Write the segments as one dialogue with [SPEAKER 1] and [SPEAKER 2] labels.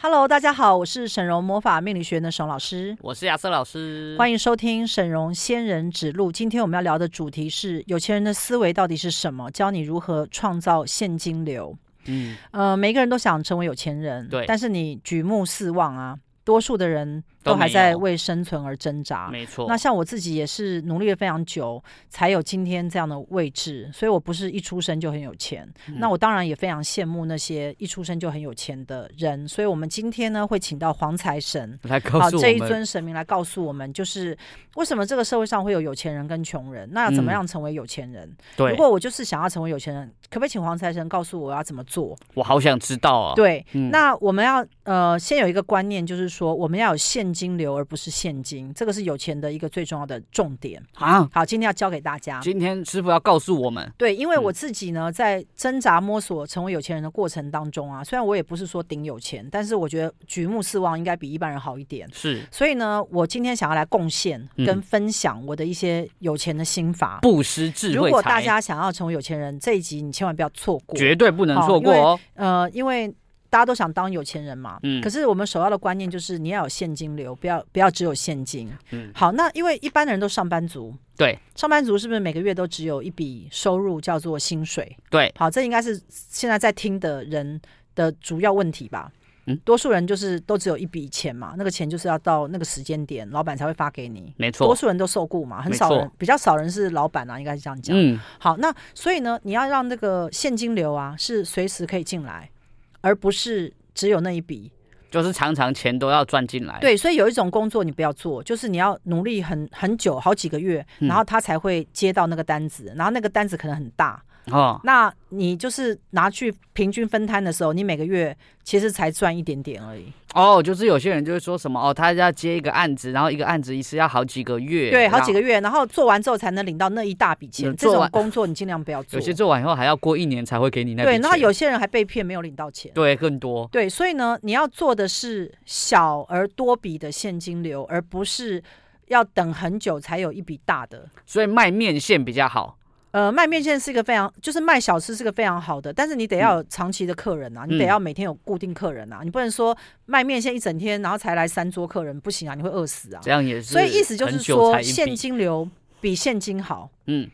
[SPEAKER 1] Hello，大家好，我是沈荣魔法命理学院的沈老师，
[SPEAKER 2] 我是亚瑟老师，
[SPEAKER 1] 欢迎收听沈荣仙人指路。今天我们要聊的主题是有钱人的思维到底是什么？教你如何创造现金流。
[SPEAKER 2] 嗯，
[SPEAKER 1] 呃，每个人都想成为有钱人，
[SPEAKER 2] 对
[SPEAKER 1] 但是你举目四望啊，多数的人都
[SPEAKER 2] 都没
[SPEAKER 1] 还在
[SPEAKER 2] 有
[SPEAKER 1] 为生存而挣扎。
[SPEAKER 2] 没错，
[SPEAKER 1] 那像我自己也是努力了非常久，才有今天这样的位置，所以我不是一出生就很有钱。
[SPEAKER 2] 嗯
[SPEAKER 1] 那我当然也非常羡慕那些一出生就很有钱的人，所以我们今天呢会请到黄财神。
[SPEAKER 2] 来告
[SPEAKER 1] 好，
[SPEAKER 2] 诉
[SPEAKER 1] 这一
[SPEAKER 2] 我们，
[SPEAKER 1] 尊神明来告诉我们，就是为什么这个社会上会有有钱人跟穷人？那要怎么
[SPEAKER 2] 嗯
[SPEAKER 1] 样成为有钱人？
[SPEAKER 2] 对
[SPEAKER 1] 如，果我就是想要成为有钱人，可不可以请黄财神告诉我要怎么做？
[SPEAKER 2] 我好想知道啊。，
[SPEAKER 1] 对，
[SPEAKER 2] 嗯
[SPEAKER 1] 那我们要呃，先有一个观念，就是说我们要有现金流，而不是现金，这个是有钱的一个最重要的重点。
[SPEAKER 2] 啊，
[SPEAKER 1] 好，今天要教给大家。
[SPEAKER 2] 今天师傅要告诉我们，
[SPEAKER 1] 对，因为
[SPEAKER 2] 嗯
[SPEAKER 1] 我自己呢，在挣扎摸索成为有钱人的过程当中啊，虽然我也不是说顶有钱，但是我觉得举目四望应该比一般人好一点。
[SPEAKER 2] 是
[SPEAKER 1] 所以呢，我今天想要来贡献
[SPEAKER 2] 嗯
[SPEAKER 1] 跟分享我的一些有钱的心法。
[SPEAKER 2] 布施智
[SPEAKER 1] 如
[SPEAKER 2] 慧
[SPEAKER 1] 果大
[SPEAKER 2] 财，
[SPEAKER 1] 家想要成为有钱人，这一集你千万不要错过。
[SPEAKER 2] 绝对不能
[SPEAKER 1] 哦
[SPEAKER 2] 错过哦。
[SPEAKER 1] 呃，因为大家都想当有钱人嘛，
[SPEAKER 2] 嗯
[SPEAKER 1] 可是我们首要的观念就是你要有现金流，不要不要只有现金。
[SPEAKER 2] 嗯
[SPEAKER 1] 好，那因为一般的人都上班族，
[SPEAKER 2] 对，
[SPEAKER 1] 上班族是不是每个月都只有一笔收入叫做薪水？
[SPEAKER 2] 对，
[SPEAKER 1] 好，这应该是现在在听的人的主要问题吧。
[SPEAKER 2] 嗯
[SPEAKER 1] 多数人就是都只有一笔钱嘛，那个钱就是要到那个时间点，老板才会发给你。
[SPEAKER 2] 没
[SPEAKER 1] 多
[SPEAKER 2] 错，
[SPEAKER 1] 数人都受雇嘛，很
[SPEAKER 2] 没
[SPEAKER 1] 少人
[SPEAKER 2] 错，
[SPEAKER 1] 比较少人是老板啊，应该是这样讲。
[SPEAKER 2] 嗯，
[SPEAKER 1] 好，那所以呢，你要让那个现金流啊是随时可以进来，而不是只有那一笔。
[SPEAKER 2] 就是常常钱都要赚进来。，啊
[SPEAKER 1] 对，所以有一种工作你不要做，就是你要努力很很久，好几个月，然
[SPEAKER 2] 嗯
[SPEAKER 1] 后他才会接到那个单子，然后那个单子可能很大，
[SPEAKER 2] 哦，
[SPEAKER 1] 那你就是拿去平均分摊的时候，你每个月其实才赚一点点而已。
[SPEAKER 2] 哦，就是有些人就会说什么哦，他要接一个案子，然后一个案子一次要好几个月，
[SPEAKER 1] 对，好几
[SPEAKER 2] 个。
[SPEAKER 1] 个月，然后做完之后才能领到那一大笔钱。
[SPEAKER 2] 有
[SPEAKER 1] 这
[SPEAKER 2] 嗯做
[SPEAKER 1] 种
[SPEAKER 2] 完
[SPEAKER 1] 工作你尽量不要做。
[SPEAKER 2] 有些做完以后还要过一年才会给你那笔
[SPEAKER 1] 对，
[SPEAKER 2] 钱。
[SPEAKER 1] 然后有些人还被骗，没有领到钱。
[SPEAKER 2] 对更多，
[SPEAKER 1] 对，所以呢，你要做的是小而多笔的现金流，而不是要等很久才有一笔大的。
[SPEAKER 2] 所以卖面线比较好。
[SPEAKER 1] 呃，卖面线是一个非常，就是卖小吃是个非常好的，但是你得要有长期的客人啊，你得
[SPEAKER 2] 嗯
[SPEAKER 1] 要每天有固定客人啊，你不能说卖面线一整天，然后才来三桌客人，不行啊，你会饿死啊
[SPEAKER 2] 这。样也是，
[SPEAKER 1] 所以意思就是说，现
[SPEAKER 2] 金，
[SPEAKER 1] 金流比现金好，
[SPEAKER 2] 嗯，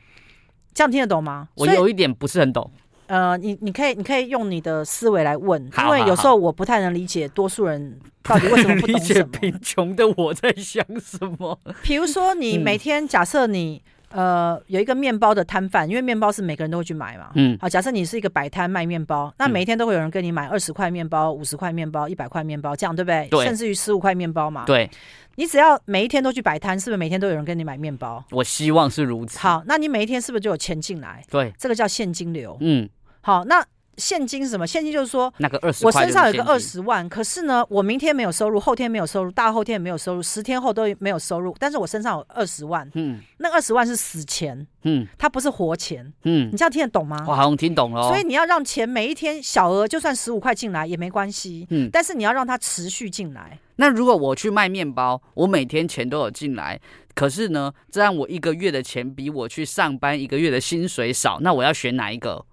[SPEAKER 1] 这样听得懂吗？
[SPEAKER 2] 我
[SPEAKER 1] 所以
[SPEAKER 2] 有一点不是很懂，
[SPEAKER 1] 呃，你你可以你可以用你的思维来问，因
[SPEAKER 2] 好
[SPEAKER 1] 为
[SPEAKER 2] 好
[SPEAKER 1] 有时候我不太能理解多数人到底为什么不
[SPEAKER 2] 理
[SPEAKER 1] 懂
[SPEAKER 2] 解
[SPEAKER 1] 什么。
[SPEAKER 2] 贫穷的我在想什么？
[SPEAKER 1] 比如说，你
[SPEAKER 2] 嗯
[SPEAKER 1] 每天假设你呃有一个面包的摊贩，因为面包是每个人都会去买嘛。
[SPEAKER 2] 嗯，
[SPEAKER 1] 好，假设你是一个摆摊卖面包，那
[SPEAKER 2] 嗯
[SPEAKER 1] 每一天都会有人跟你买二十块面包、五十块面包、一百块面包，这样对不对？
[SPEAKER 2] 对
[SPEAKER 1] 甚至于十五块面包嘛。。
[SPEAKER 2] 对，
[SPEAKER 1] 你只要每一天都去摆摊，是不是每天都有人跟你买面包？
[SPEAKER 2] 我希望是如此。，
[SPEAKER 1] 好，那你每一天是不是就有钱进来？
[SPEAKER 2] 对，
[SPEAKER 1] 这个叫现金流。
[SPEAKER 2] 嗯，
[SPEAKER 1] 好，那现金是什么？现金就是说
[SPEAKER 2] 那个二十，
[SPEAKER 1] 我身上有个二，十万，可是呢，我明天没有收入，后天没有收入，大后天也没有收入，十天后都没有收入，但是我身上有二十万，
[SPEAKER 2] 嗯
[SPEAKER 1] 那二十万是死钱，
[SPEAKER 2] 嗯
[SPEAKER 1] 它不是活钱，
[SPEAKER 2] 嗯
[SPEAKER 1] 你，这样听得懂吗
[SPEAKER 2] 我？好像听懂了哦，
[SPEAKER 1] 所以你要让钱每一天小额，就算十五块进来也没关系，
[SPEAKER 2] 嗯，
[SPEAKER 1] 但是你要让它持续进来。
[SPEAKER 2] 那如果我去卖面包，我每天钱都有进来，可是呢，这样我一个月的钱比我去上班一个月的薪水少，那我要选哪一个？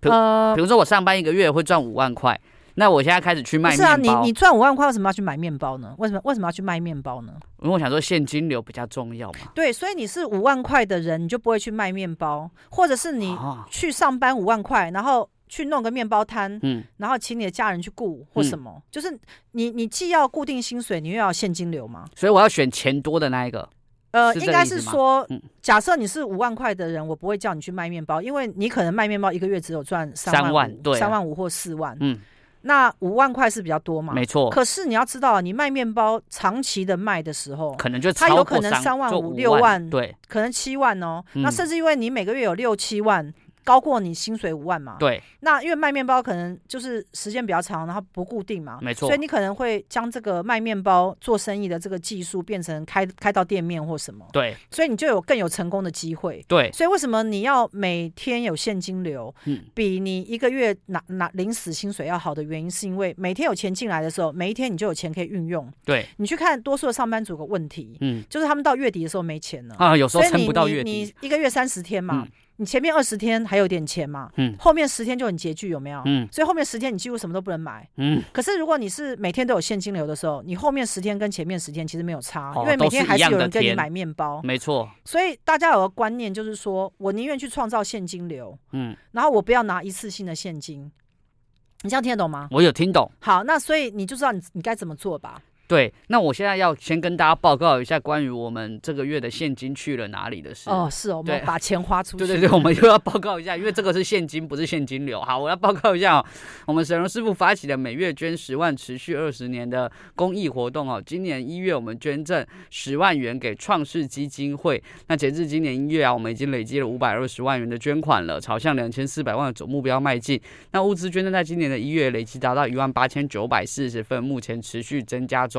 [SPEAKER 2] 可
[SPEAKER 1] 呃，
[SPEAKER 2] 比如说我上班一个月会赚五万块，那我现在开始去
[SPEAKER 1] 不
[SPEAKER 2] 卖
[SPEAKER 1] 是啊，
[SPEAKER 2] 面
[SPEAKER 1] 你
[SPEAKER 2] 包，
[SPEAKER 1] 你赚五万块，为什么要去买面包呢？为什么为什么要去卖面包呢？
[SPEAKER 2] 因为我想说现金流比较重要嘛。
[SPEAKER 1] 对，所以你是五万块的人，你就不会去卖面包，或者是你
[SPEAKER 2] 啊，
[SPEAKER 1] 去上班五万块，然后去弄个面包摊，
[SPEAKER 2] 嗯，
[SPEAKER 1] 然后请你的家人去雇或什么，就是你你既要固定薪水，你又要现金流嘛。
[SPEAKER 2] 所以我要选钱多的那一个。
[SPEAKER 1] 呃，
[SPEAKER 2] 是
[SPEAKER 1] 应
[SPEAKER 2] 这个
[SPEAKER 1] 该
[SPEAKER 2] 意思
[SPEAKER 1] 是
[SPEAKER 2] 吗
[SPEAKER 1] 说，
[SPEAKER 2] 嗯
[SPEAKER 1] 假设你是五万块的人，我不会叫你去卖面包，因为你可能卖面包一个月只有赚三
[SPEAKER 2] 三
[SPEAKER 1] 万
[SPEAKER 2] 万
[SPEAKER 1] 五，
[SPEAKER 2] 对啊
[SPEAKER 1] 三万五或四万，
[SPEAKER 2] 嗯，
[SPEAKER 1] 那五万块是比较多嘛。
[SPEAKER 2] 没错，
[SPEAKER 1] 可是你要知道啊，你卖面包长期的卖的时候，
[SPEAKER 2] 可能就
[SPEAKER 1] 它有
[SPEAKER 2] 超
[SPEAKER 1] 可
[SPEAKER 2] 过
[SPEAKER 1] 能
[SPEAKER 2] 三
[SPEAKER 1] 3万
[SPEAKER 2] 就
[SPEAKER 1] 五
[SPEAKER 2] 5
[SPEAKER 1] 6万
[SPEAKER 2] 对
[SPEAKER 1] 可能七万哦，那
[SPEAKER 2] 嗯
[SPEAKER 1] 甚至因为你每个月有六七万，高过你薪水五万嘛。
[SPEAKER 2] 对，
[SPEAKER 1] 那因为卖面包可能就是时间比较长，然后不固定嘛，
[SPEAKER 2] 没错
[SPEAKER 1] 所以你可能会将这个卖面包做生意的这个技术变成开开到店面或什么，
[SPEAKER 2] 对
[SPEAKER 1] 所以你就有更有成功的机会。
[SPEAKER 2] 对，
[SPEAKER 1] 所以为什么你要每天有现金流，
[SPEAKER 2] 嗯
[SPEAKER 1] 比你一个月拿拿领死薪水要好的原因，是因为每天有钱进来的时候，每一天你就有钱可以运用。
[SPEAKER 2] 对，
[SPEAKER 1] 你去看多数的上班族有个问题，
[SPEAKER 2] 嗯
[SPEAKER 1] 就是他们到月底的时候没钱了。
[SPEAKER 2] 啊，有时
[SPEAKER 1] 所
[SPEAKER 2] 候
[SPEAKER 1] 以
[SPEAKER 2] 撑
[SPEAKER 1] 你
[SPEAKER 2] 不到
[SPEAKER 1] 你
[SPEAKER 2] 月
[SPEAKER 1] 你
[SPEAKER 2] 底，
[SPEAKER 1] 一个月三十天嘛，
[SPEAKER 2] 嗯
[SPEAKER 1] 你前面二十天还有点钱嘛，
[SPEAKER 2] 嗯
[SPEAKER 1] 后面十天就很拮据，有没有？
[SPEAKER 2] 嗯
[SPEAKER 1] 所以后面十天你几乎什么都不能买。
[SPEAKER 2] 嗯，
[SPEAKER 1] 可是如果你是每天都有现金流的时候，你后面十天跟前面十天其实没有差，
[SPEAKER 2] 哦
[SPEAKER 1] 因为每天还是有人跟
[SPEAKER 2] 都是一
[SPEAKER 1] 你
[SPEAKER 2] 样的天
[SPEAKER 1] 买面包。
[SPEAKER 2] 没错，
[SPEAKER 1] 所以大家有个观念就是说，我宁愿去创造现金流，
[SPEAKER 2] 嗯，
[SPEAKER 1] 然后我不要拿一次性的现金。你这样听得懂吗？
[SPEAKER 2] 我有听懂。
[SPEAKER 1] 好，那所以你就知道你你该怎么做吧。
[SPEAKER 2] 对，那我现在要先跟大家报告一下关于我们这个月的现金去了哪里的事。
[SPEAKER 1] 哦，是哦，我们
[SPEAKER 2] 对
[SPEAKER 1] 把钱花出去。
[SPEAKER 2] 对对对，我们又要报告一下，因为这个是现金，不是现金流。好，我要报告一下哦，我们沈荣师傅发起的每月捐十万、持续二十年的公益活动哦，今年一月我们捐赠十万元给创世基金会。那截至今年一月啊，我们已经累积了五百二十万元的捐款了，朝向两千四百万的总目标迈进。那物资捐赠在今年的一月累计达到一万八千九百四十份，目前持续增加中哦。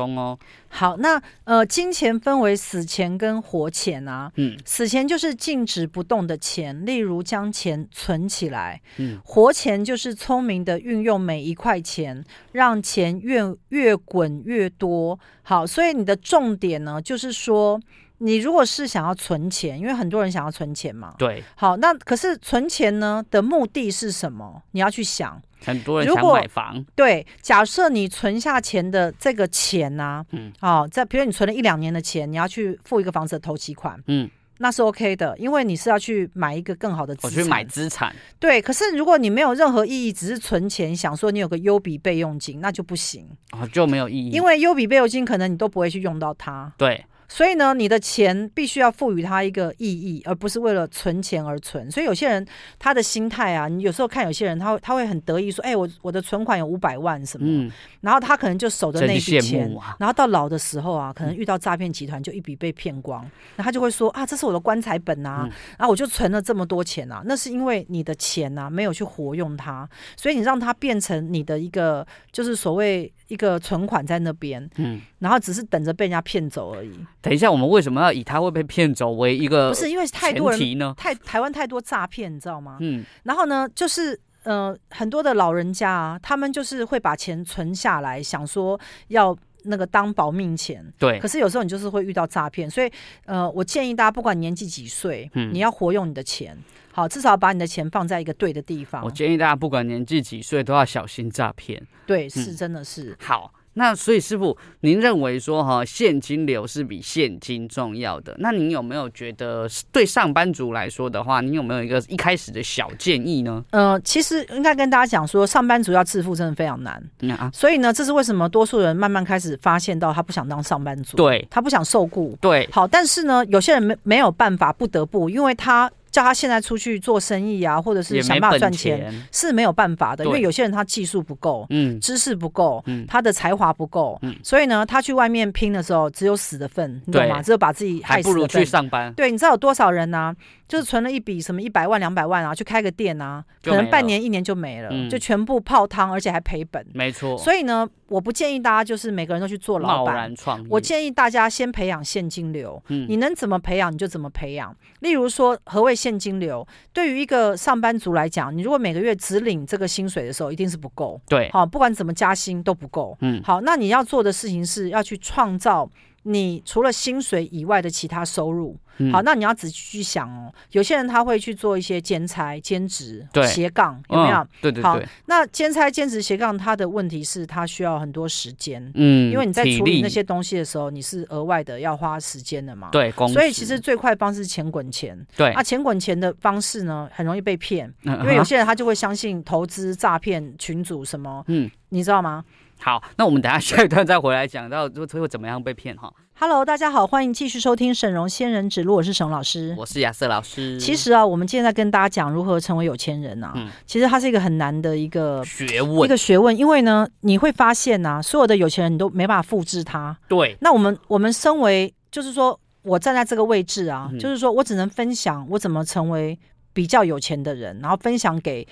[SPEAKER 1] 好，那呃，金钱分为死钱跟活钱啊。
[SPEAKER 2] 嗯
[SPEAKER 1] 死钱就是静止不动的钱，例如将钱存起来；
[SPEAKER 2] 嗯
[SPEAKER 1] 活钱就是聪明的运用每一块钱，让钱越越滚越多。好，所以你的重点呢，就是说，你如果是想要存钱，因为很多人想要存钱嘛。
[SPEAKER 2] 对，
[SPEAKER 1] 好，那可是存钱呢的目的是什么？你要去想。
[SPEAKER 2] 很多人
[SPEAKER 1] 如
[SPEAKER 2] 想
[SPEAKER 1] 果
[SPEAKER 2] 买房，
[SPEAKER 1] 对，假设你存下钱的这个钱呐、
[SPEAKER 2] 嗯
[SPEAKER 1] 哦，在比如你存了一两年的钱，你要去付一个房子的头期款，
[SPEAKER 2] 嗯，
[SPEAKER 1] 那是 OK 的，因为你是要去买一个更好的资
[SPEAKER 2] 我
[SPEAKER 1] 产。
[SPEAKER 2] 哦去买资产。
[SPEAKER 1] 对，可是如果你没有任何意义，只是存钱，想说你有个优比备用金，那就不行，
[SPEAKER 2] 啊，就没有意义。
[SPEAKER 1] 因为优比备用金可能你都不会去用到它，
[SPEAKER 2] 对，
[SPEAKER 1] 所以呢，你的钱必须要赋予它一个意义，而不是为了存钱而存。所以有些人他的心态啊，你有时候看有些人他会他会很得意说，哎、我我的存款有五百万什么。
[SPEAKER 2] 嗯，
[SPEAKER 1] 然后他可能就守着
[SPEAKER 2] 真
[SPEAKER 1] 那一笔
[SPEAKER 2] 羡
[SPEAKER 1] 钱
[SPEAKER 2] 慕，啊。嗯
[SPEAKER 1] 然后到老的时候啊，可能遇到诈骗集团就一笔被骗光，那他就会说啊，这是我的棺材本啊，
[SPEAKER 2] 嗯
[SPEAKER 1] 然后我就存了这么多钱啊，那是因为你的钱啊没有去活用它，所以你让它变成你的一个就是所谓一个存款在那边，
[SPEAKER 2] 嗯，
[SPEAKER 1] 然后只是等着被人家骗走而已，
[SPEAKER 2] 等一下，我们为什么要以他会被骗走为一个
[SPEAKER 1] 不是因为太
[SPEAKER 2] 呃前
[SPEAKER 1] 多人啊
[SPEAKER 2] 提呢？
[SPEAKER 1] 太台湾太多诈骗，你知道吗？
[SPEAKER 2] 嗯，
[SPEAKER 1] 然后呢，就是呃，很多的老人家啊，他们就是会把钱存下来，想说要那个当保命钱。
[SPEAKER 2] 对
[SPEAKER 1] 可，是有时候你就是会遇到诈骗，所以呃，我建议大家不管年纪几岁，
[SPEAKER 2] 嗯
[SPEAKER 1] 你要活用你的钱，好，至少把你的钱放在一个对的地方
[SPEAKER 2] 我。建议大家不管年纪几岁都要小心诈骗。
[SPEAKER 1] 对，
[SPEAKER 2] 嗯
[SPEAKER 1] 是真的是。
[SPEAKER 2] 好，那所以师傅，您认为说哈，现金流是比现金重要的？那您有没有觉得对上班族来说的话，您有没有一个一开始的小建议呢？
[SPEAKER 1] 呃，其实应该跟大家讲说，上班族要致富真的非常难，
[SPEAKER 2] 嗯啊，
[SPEAKER 1] 所以呢，这是为什么多数人慢慢开始发现到他不想当上班族，
[SPEAKER 2] 对
[SPEAKER 1] 他不想受雇，
[SPEAKER 2] 对，
[SPEAKER 1] 好，但是呢，有些人没没有办法，不得不，因为他叫他现在出去做生意啊，或者是
[SPEAKER 2] 也
[SPEAKER 1] 想
[SPEAKER 2] 没
[SPEAKER 1] 办法赚
[SPEAKER 2] 本
[SPEAKER 1] 钱，。是没有办法的，因为
[SPEAKER 2] 对
[SPEAKER 1] 有些人他技术不够。
[SPEAKER 2] 嗯，
[SPEAKER 1] 知识不够
[SPEAKER 2] 嗯，
[SPEAKER 1] 他的才华不够，所以呢，他去外面拼的时候，只有死的份，你懂吗？
[SPEAKER 2] 对
[SPEAKER 1] 只有把自己害
[SPEAKER 2] 还
[SPEAKER 1] 死
[SPEAKER 2] 不如
[SPEAKER 1] 的份
[SPEAKER 2] 去上班，
[SPEAKER 1] 对，你知道有多少人呢、就是存了一笔什么一百万、两百万啊，去开个店啊，
[SPEAKER 2] 就
[SPEAKER 1] 可能
[SPEAKER 2] 没
[SPEAKER 1] 半
[SPEAKER 2] 了
[SPEAKER 1] 年、一年就没了，
[SPEAKER 2] 嗯
[SPEAKER 1] 就全部泡汤，而且还赔本。
[SPEAKER 2] 没错，
[SPEAKER 1] 所以呢，我不建议大家就是每个人都去做老
[SPEAKER 2] 贸
[SPEAKER 1] 板，
[SPEAKER 2] 然创业，
[SPEAKER 1] 我建议大家先培养现金流，
[SPEAKER 2] 嗯
[SPEAKER 1] 你能怎么培养你就怎么培养。例如说，何谓现金流？对于一个上班族来讲，你如果每个月只领这个薪水的时候，一定是不够。
[SPEAKER 2] 对，
[SPEAKER 1] 好，不管怎么加薪都不够。
[SPEAKER 2] 嗯
[SPEAKER 1] 好，那你要做的事情是要去创造你除了薪水以外的其他收入。
[SPEAKER 2] 嗯
[SPEAKER 1] 好，那你要仔细去想哦。有些人他会去做一些兼差、兼职、
[SPEAKER 2] 对
[SPEAKER 1] 斜杠，有没有？
[SPEAKER 2] 嗯？对对
[SPEAKER 1] 好
[SPEAKER 2] 对，
[SPEAKER 1] 那兼差、兼职、斜杠，他的问题是他需要很多时间。
[SPEAKER 2] 嗯
[SPEAKER 1] 因为你在
[SPEAKER 2] 体
[SPEAKER 1] 处理
[SPEAKER 2] 力
[SPEAKER 1] 那些东西的时候，你是额外的要花时间的嘛。。
[SPEAKER 2] 对工时，
[SPEAKER 1] 所以其实最快的方式是钱滚钱，
[SPEAKER 2] 对嗯啊
[SPEAKER 1] 啊，，钱滚钱的方式呢，很容易被骗，
[SPEAKER 2] 因
[SPEAKER 1] 因为有些人他就会相信投资诈骗群组什么，
[SPEAKER 2] 嗯
[SPEAKER 1] 你知道吗
[SPEAKER 2] 好，那我们等一下下一段再回来讲到就会怎么样被骗哈。
[SPEAKER 1] ？Hello，大家好，欢迎继续收听沈荣仙人指路，我是沈老师。
[SPEAKER 2] 我是亚瑟老师，
[SPEAKER 1] 其实啊，我们今天在跟大家讲如何成为有钱人啊，
[SPEAKER 2] 嗯
[SPEAKER 1] 其实它是一个很难的一个
[SPEAKER 2] 学
[SPEAKER 1] 一
[SPEAKER 2] 问
[SPEAKER 1] 个学问，因为呢，你会发现呐、所有的有钱人你都没办法复制他，
[SPEAKER 2] 对
[SPEAKER 1] 那我们我们身为就是说我站在这个位置啊，
[SPEAKER 2] 嗯
[SPEAKER 1] 就是说我只能分享我怎么成为比较有钱的人，然后分享给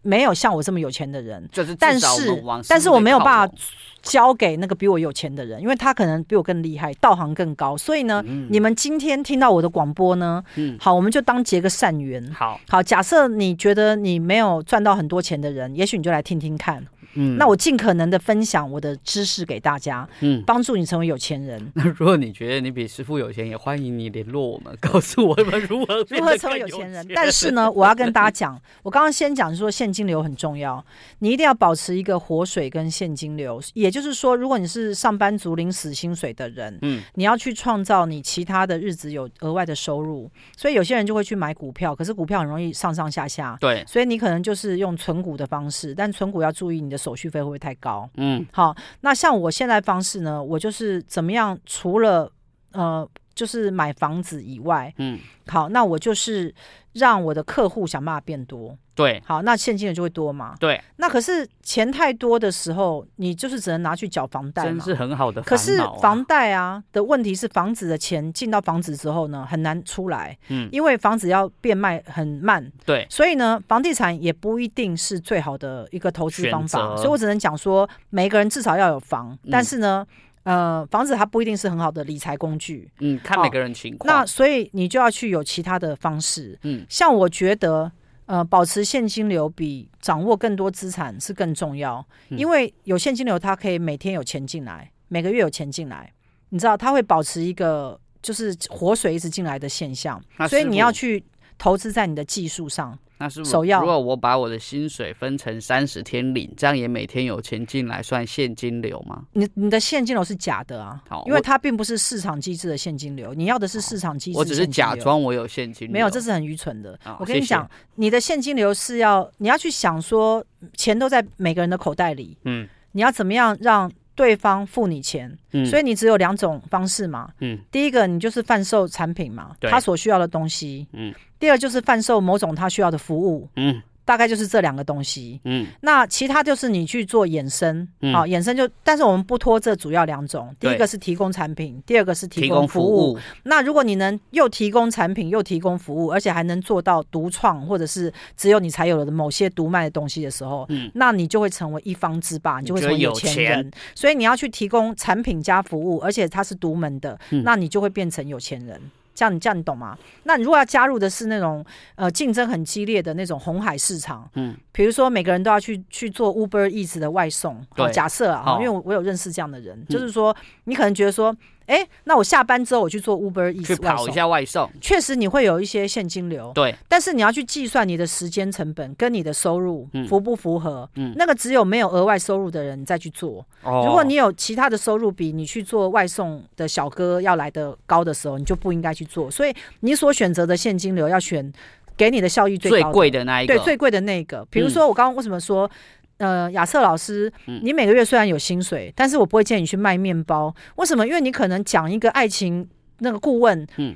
[SPEAKER 1] 没有像我这么有钱的人。
[SPEAKER 2] 就是
[SPEAKER 1] 但
[SPEAKER 2] 至少
[SPEAKER 1] 是
[SPEAKER 2] 们往
[SPEAKER 1] 但是我没有
[SPEAKER 2] 靠
[SPEAKER 1] 办法
[SPEAKER 2] 拢
[SPEAKER 1] 交给那个比我有钱的人，因为他可能比我更厉害，道行更高。所以呢，
[SPEAKER 2] 嗯
[SPEAKER 1] 你们今天听到我的广播呢，
[SPEAKER 2] 嗯
[SPEAKER 1] 好，我们就当结个善缘。
[SPEAKER 2] 好，
[SPEAKER 1] 好，假设你觉得你没有赚到很多钱的人，也许你就来听听看。
[SPEAKER 2] 嗯
[SPEAKER 1] 那我尽可能的分享我的知识给大家，
[SPEAKER 2] 嗯，
[SPEAKER 1] 帮助你成为有钱人。
[SPEAKER 2] 那 如果你觉得你比师傅有钱，也欢迎你联络我们， 告诉我们如何
[SPEAKER 1] 如
[SPEAKER 2] 变
[SPEAKER 1] 何
[SPEAKER 2] 得
[SPEAKER 1] 成为
[SPEAKER 2] 更
[SPEAKER 1] 有
[SPEAKER 2] 有
[SPEAKER 1] 钱人？但是 呢，我要跟大家讲，我刚刚先讲说现金流很重要，你一定要保持一个活水跟现金流。也就是说，如果你是上班族领死薪水的人，
[SPEAKER 2] 嗯，
[SPEAKER 1] 你要去创造你其他的日子有额外的收入。所以有些人就会去买股票，可是股票很容易上上下下，
[SPEAKER 2] 对，
[SPEAKER 1] 所以你可能就是用存股的方式，但存股要注意你的手续费会不会太高。
[SPEAKER 2] 嗯
[SPEAKER 1] 好，那像我现在方式呢，我就是怎么样？除了呃，就是买房子以外，
[SPEAKER 2] 嗯，
[SPEAKER 1] 好，那我就是让我的客户想办法变多。
[SPEAKER 2] 对
[SPEAKER 1] 好，那现金流就会多嘛？
[SPEAKER 2] 对，
[SPEAKER 1] 那可是钱太多的时候，你就是只能拿去缴房贷
[SPEAKER 2] 真
[SPEAKER 1] 嘛。
[SPEAKER 2] 是很好的
[SPEAKER 1] 可
[SPEAKER 2] 烦
[SPEAKER 1] 是
[SPEAKER 2] 恼啊
[SPEAKER 1] 房贷啊的问题是，房子的钱进到房子之后呢，很难出来，
[SPEAKER 2] 嗯
[SPEAKER 1] 因为房子要变卖很慢，
[SPEAKER 2] 对
[SPEAKER 1] 所以呢，房地产也不一定是最好的一个投资方
[SPEAKER 2] 选
[SPEAKER 1] 法，
[SPEAKER 2] 择嗯
[SPEAKER 1] 所以我只能讲说，每个人至少要有房，但是呢，呃，房子它不一定是很好的理财工具，
[SPEAKER 2] 嗯，看
[SPEAKER 1] 好
[SPEAKER 2] 每个人情况
[SPEAKER 1] 那。所以你就要去有其他的方式，
[SPEAKER 2] 嗯
[SPEAKER 1] 像我觉得。呃，保持现金流比掌握更多资产是更重要，
[SPEAKER 2] 嗯
[SPEAKER 1] 因为有现金流，它可以每天有钱进来，每个月有钱进来，你知道，它会保持一个就是活水一直进来的现象
[SPEAKER 2] 那，
[SPEAKER 1] 所以
[SPEAKER 2] 师
[SPEAKER 1] 你
[SPEAKER 2] 傅
[SPEAKER 1] 要去投资在你的技术上，
[SPEAKER 2] 那是不
[SPEAKER 1] 首要
[SPEAKER 2] 如果我把我的薪水分成三十天领，这样也每天有钱进来，算现金流吗？
[SPEAKER 1] 你你的现金流是假的啊
[SPEAKER 2] 好，
[SPEAKER 1] 因为
[SPEAKER 2] 我
[SPEAKER 1] 它并不是市场机制的现金流，你要的是市场机制。
[SPEAKER 2] 我只是假，装我有现金流，
[SPEAKER 1] 没有，这是很愚蠢的。
[SPEAKER 2] 好
[SPEAKER 1] 我跟你
[SPEAKER 2] 啊谢谢
[SPEAKER 1] 讲，你的现金流是要你要去想说，钱都在每个人的口袋里，
[SPEAKER 2] 嗯
[SPEAKER 1] 你要怎么样让对方付你钱？
[SPEAKER 2] 嗯，
[SPEAKER 1] 所
[SPEAKER 2] 以
[SPEAKER 1] 以你只有两种方式嘛。
[SPEAKER 2] 嗯
[SPEAKER 1] 第一个，你就是贩售产品嘛，
[SPEAKER 2] 对
[SPEAKER 1] 他所需要的东西。
[SPEAKER 2] 嗯。
[SPEAKER 1] 第二就是贩售某种他需要的服务，
[SPEAKER 2] 嗯
[SPEAKER 1] 大概就是这两个东西。
[SPEAKER 2] 嗯
[SPEAKER 1] 那其他就是你去做衍生，好、
[SPEAKER 2] 嗯
[SPEAKER 1] 衍生就，但是我们不拖这主要两种，第
[SPEAKER 2] 对
[SPEAKER 1] 一个是提供产品，第二个是
[SPEAKER 2] 提
[SPEAKER 1] 供
[SPEAKER 2] 供
[SPEAKER 1] 服
[SPEAKER 2] 服
[SPEAKER 1] 务。
[SPEAKER 2] 务，
[SPEAKER 1] 那如果你能又提供产品又提供服务，而且还能做到独创或者是只有你才有的某些独卖的东西的时候，
[SPEAKER 2] 嗯
[SPEAKER 1] 那你就会成为一方之霸，你就会成为有钱
[SPEAKER 2] 你就
[SPEAKER 1] 人。
[SPEAKER 2] 有
[SPEAKER 1] 所以你要去提供产品加服务，而且它是独门的，
[SPEAKER 2] 嗯
[SPEAKER 1] 那你就会变成有钱人。这样你这样你懂吗？那你如果要加入的是那种呃竞争很激烈的那种红海市场，
[SPEAKER 2] 嗯
[SPEAKER 1] 比如说每个人都要去去做 Uber Eats 的外送，好
[SPEAKER 2] 对
[SPEAKER 1] 假设啊，
[SPEAKER 2] 好嗯
[SPEAKER 1] 因为我我有认识这样的人，就是说你可能觉得说，哎、那我下班之后我去做 Uber
[SPEAKER 2] 去
[SPEAKER 1] Eats 外
[SPEAKER 2] 跑一
[SPEAKER 1] 送，
[SPEAKER 2] 下外送，
[SPEAKER 1] 确实你会有一些现金流，
[SPEAKER 2] 对，
[SPEAKER 1] 但是你要去计算你的时间成本跟你的收入
[SPEAKER 2] 嗯
[SPEAKER 1] 符不符合，
[SPEAKER 2] 嗯
[SPEAKER 1] 那个只有没有额外收入的人你再去做。
[SPEAKER 2] 哦
[SPEAKER 1] 如果你有其他的收入比你去做外送的小哥要来的高的时候，你就不应该去做。所以你所选择的现金流要选给你的效益最
[SPEAKER 2] 最
[SPEAKER 1] 高的
[SPEAKER 2] 贵的那一个，
[SPEAKER 1] 对最贵的那个。比如说，我刚刚为什么说，呃，亚瑟老师，
[SPEAKER 2] 嗯
[SPEAKER 1] 你每个月虽然有薪水，但是我不会建议你去卖面包。为什么？因为你可能讲一个爱情那个顾问，
[SPEAKER 2] 嗯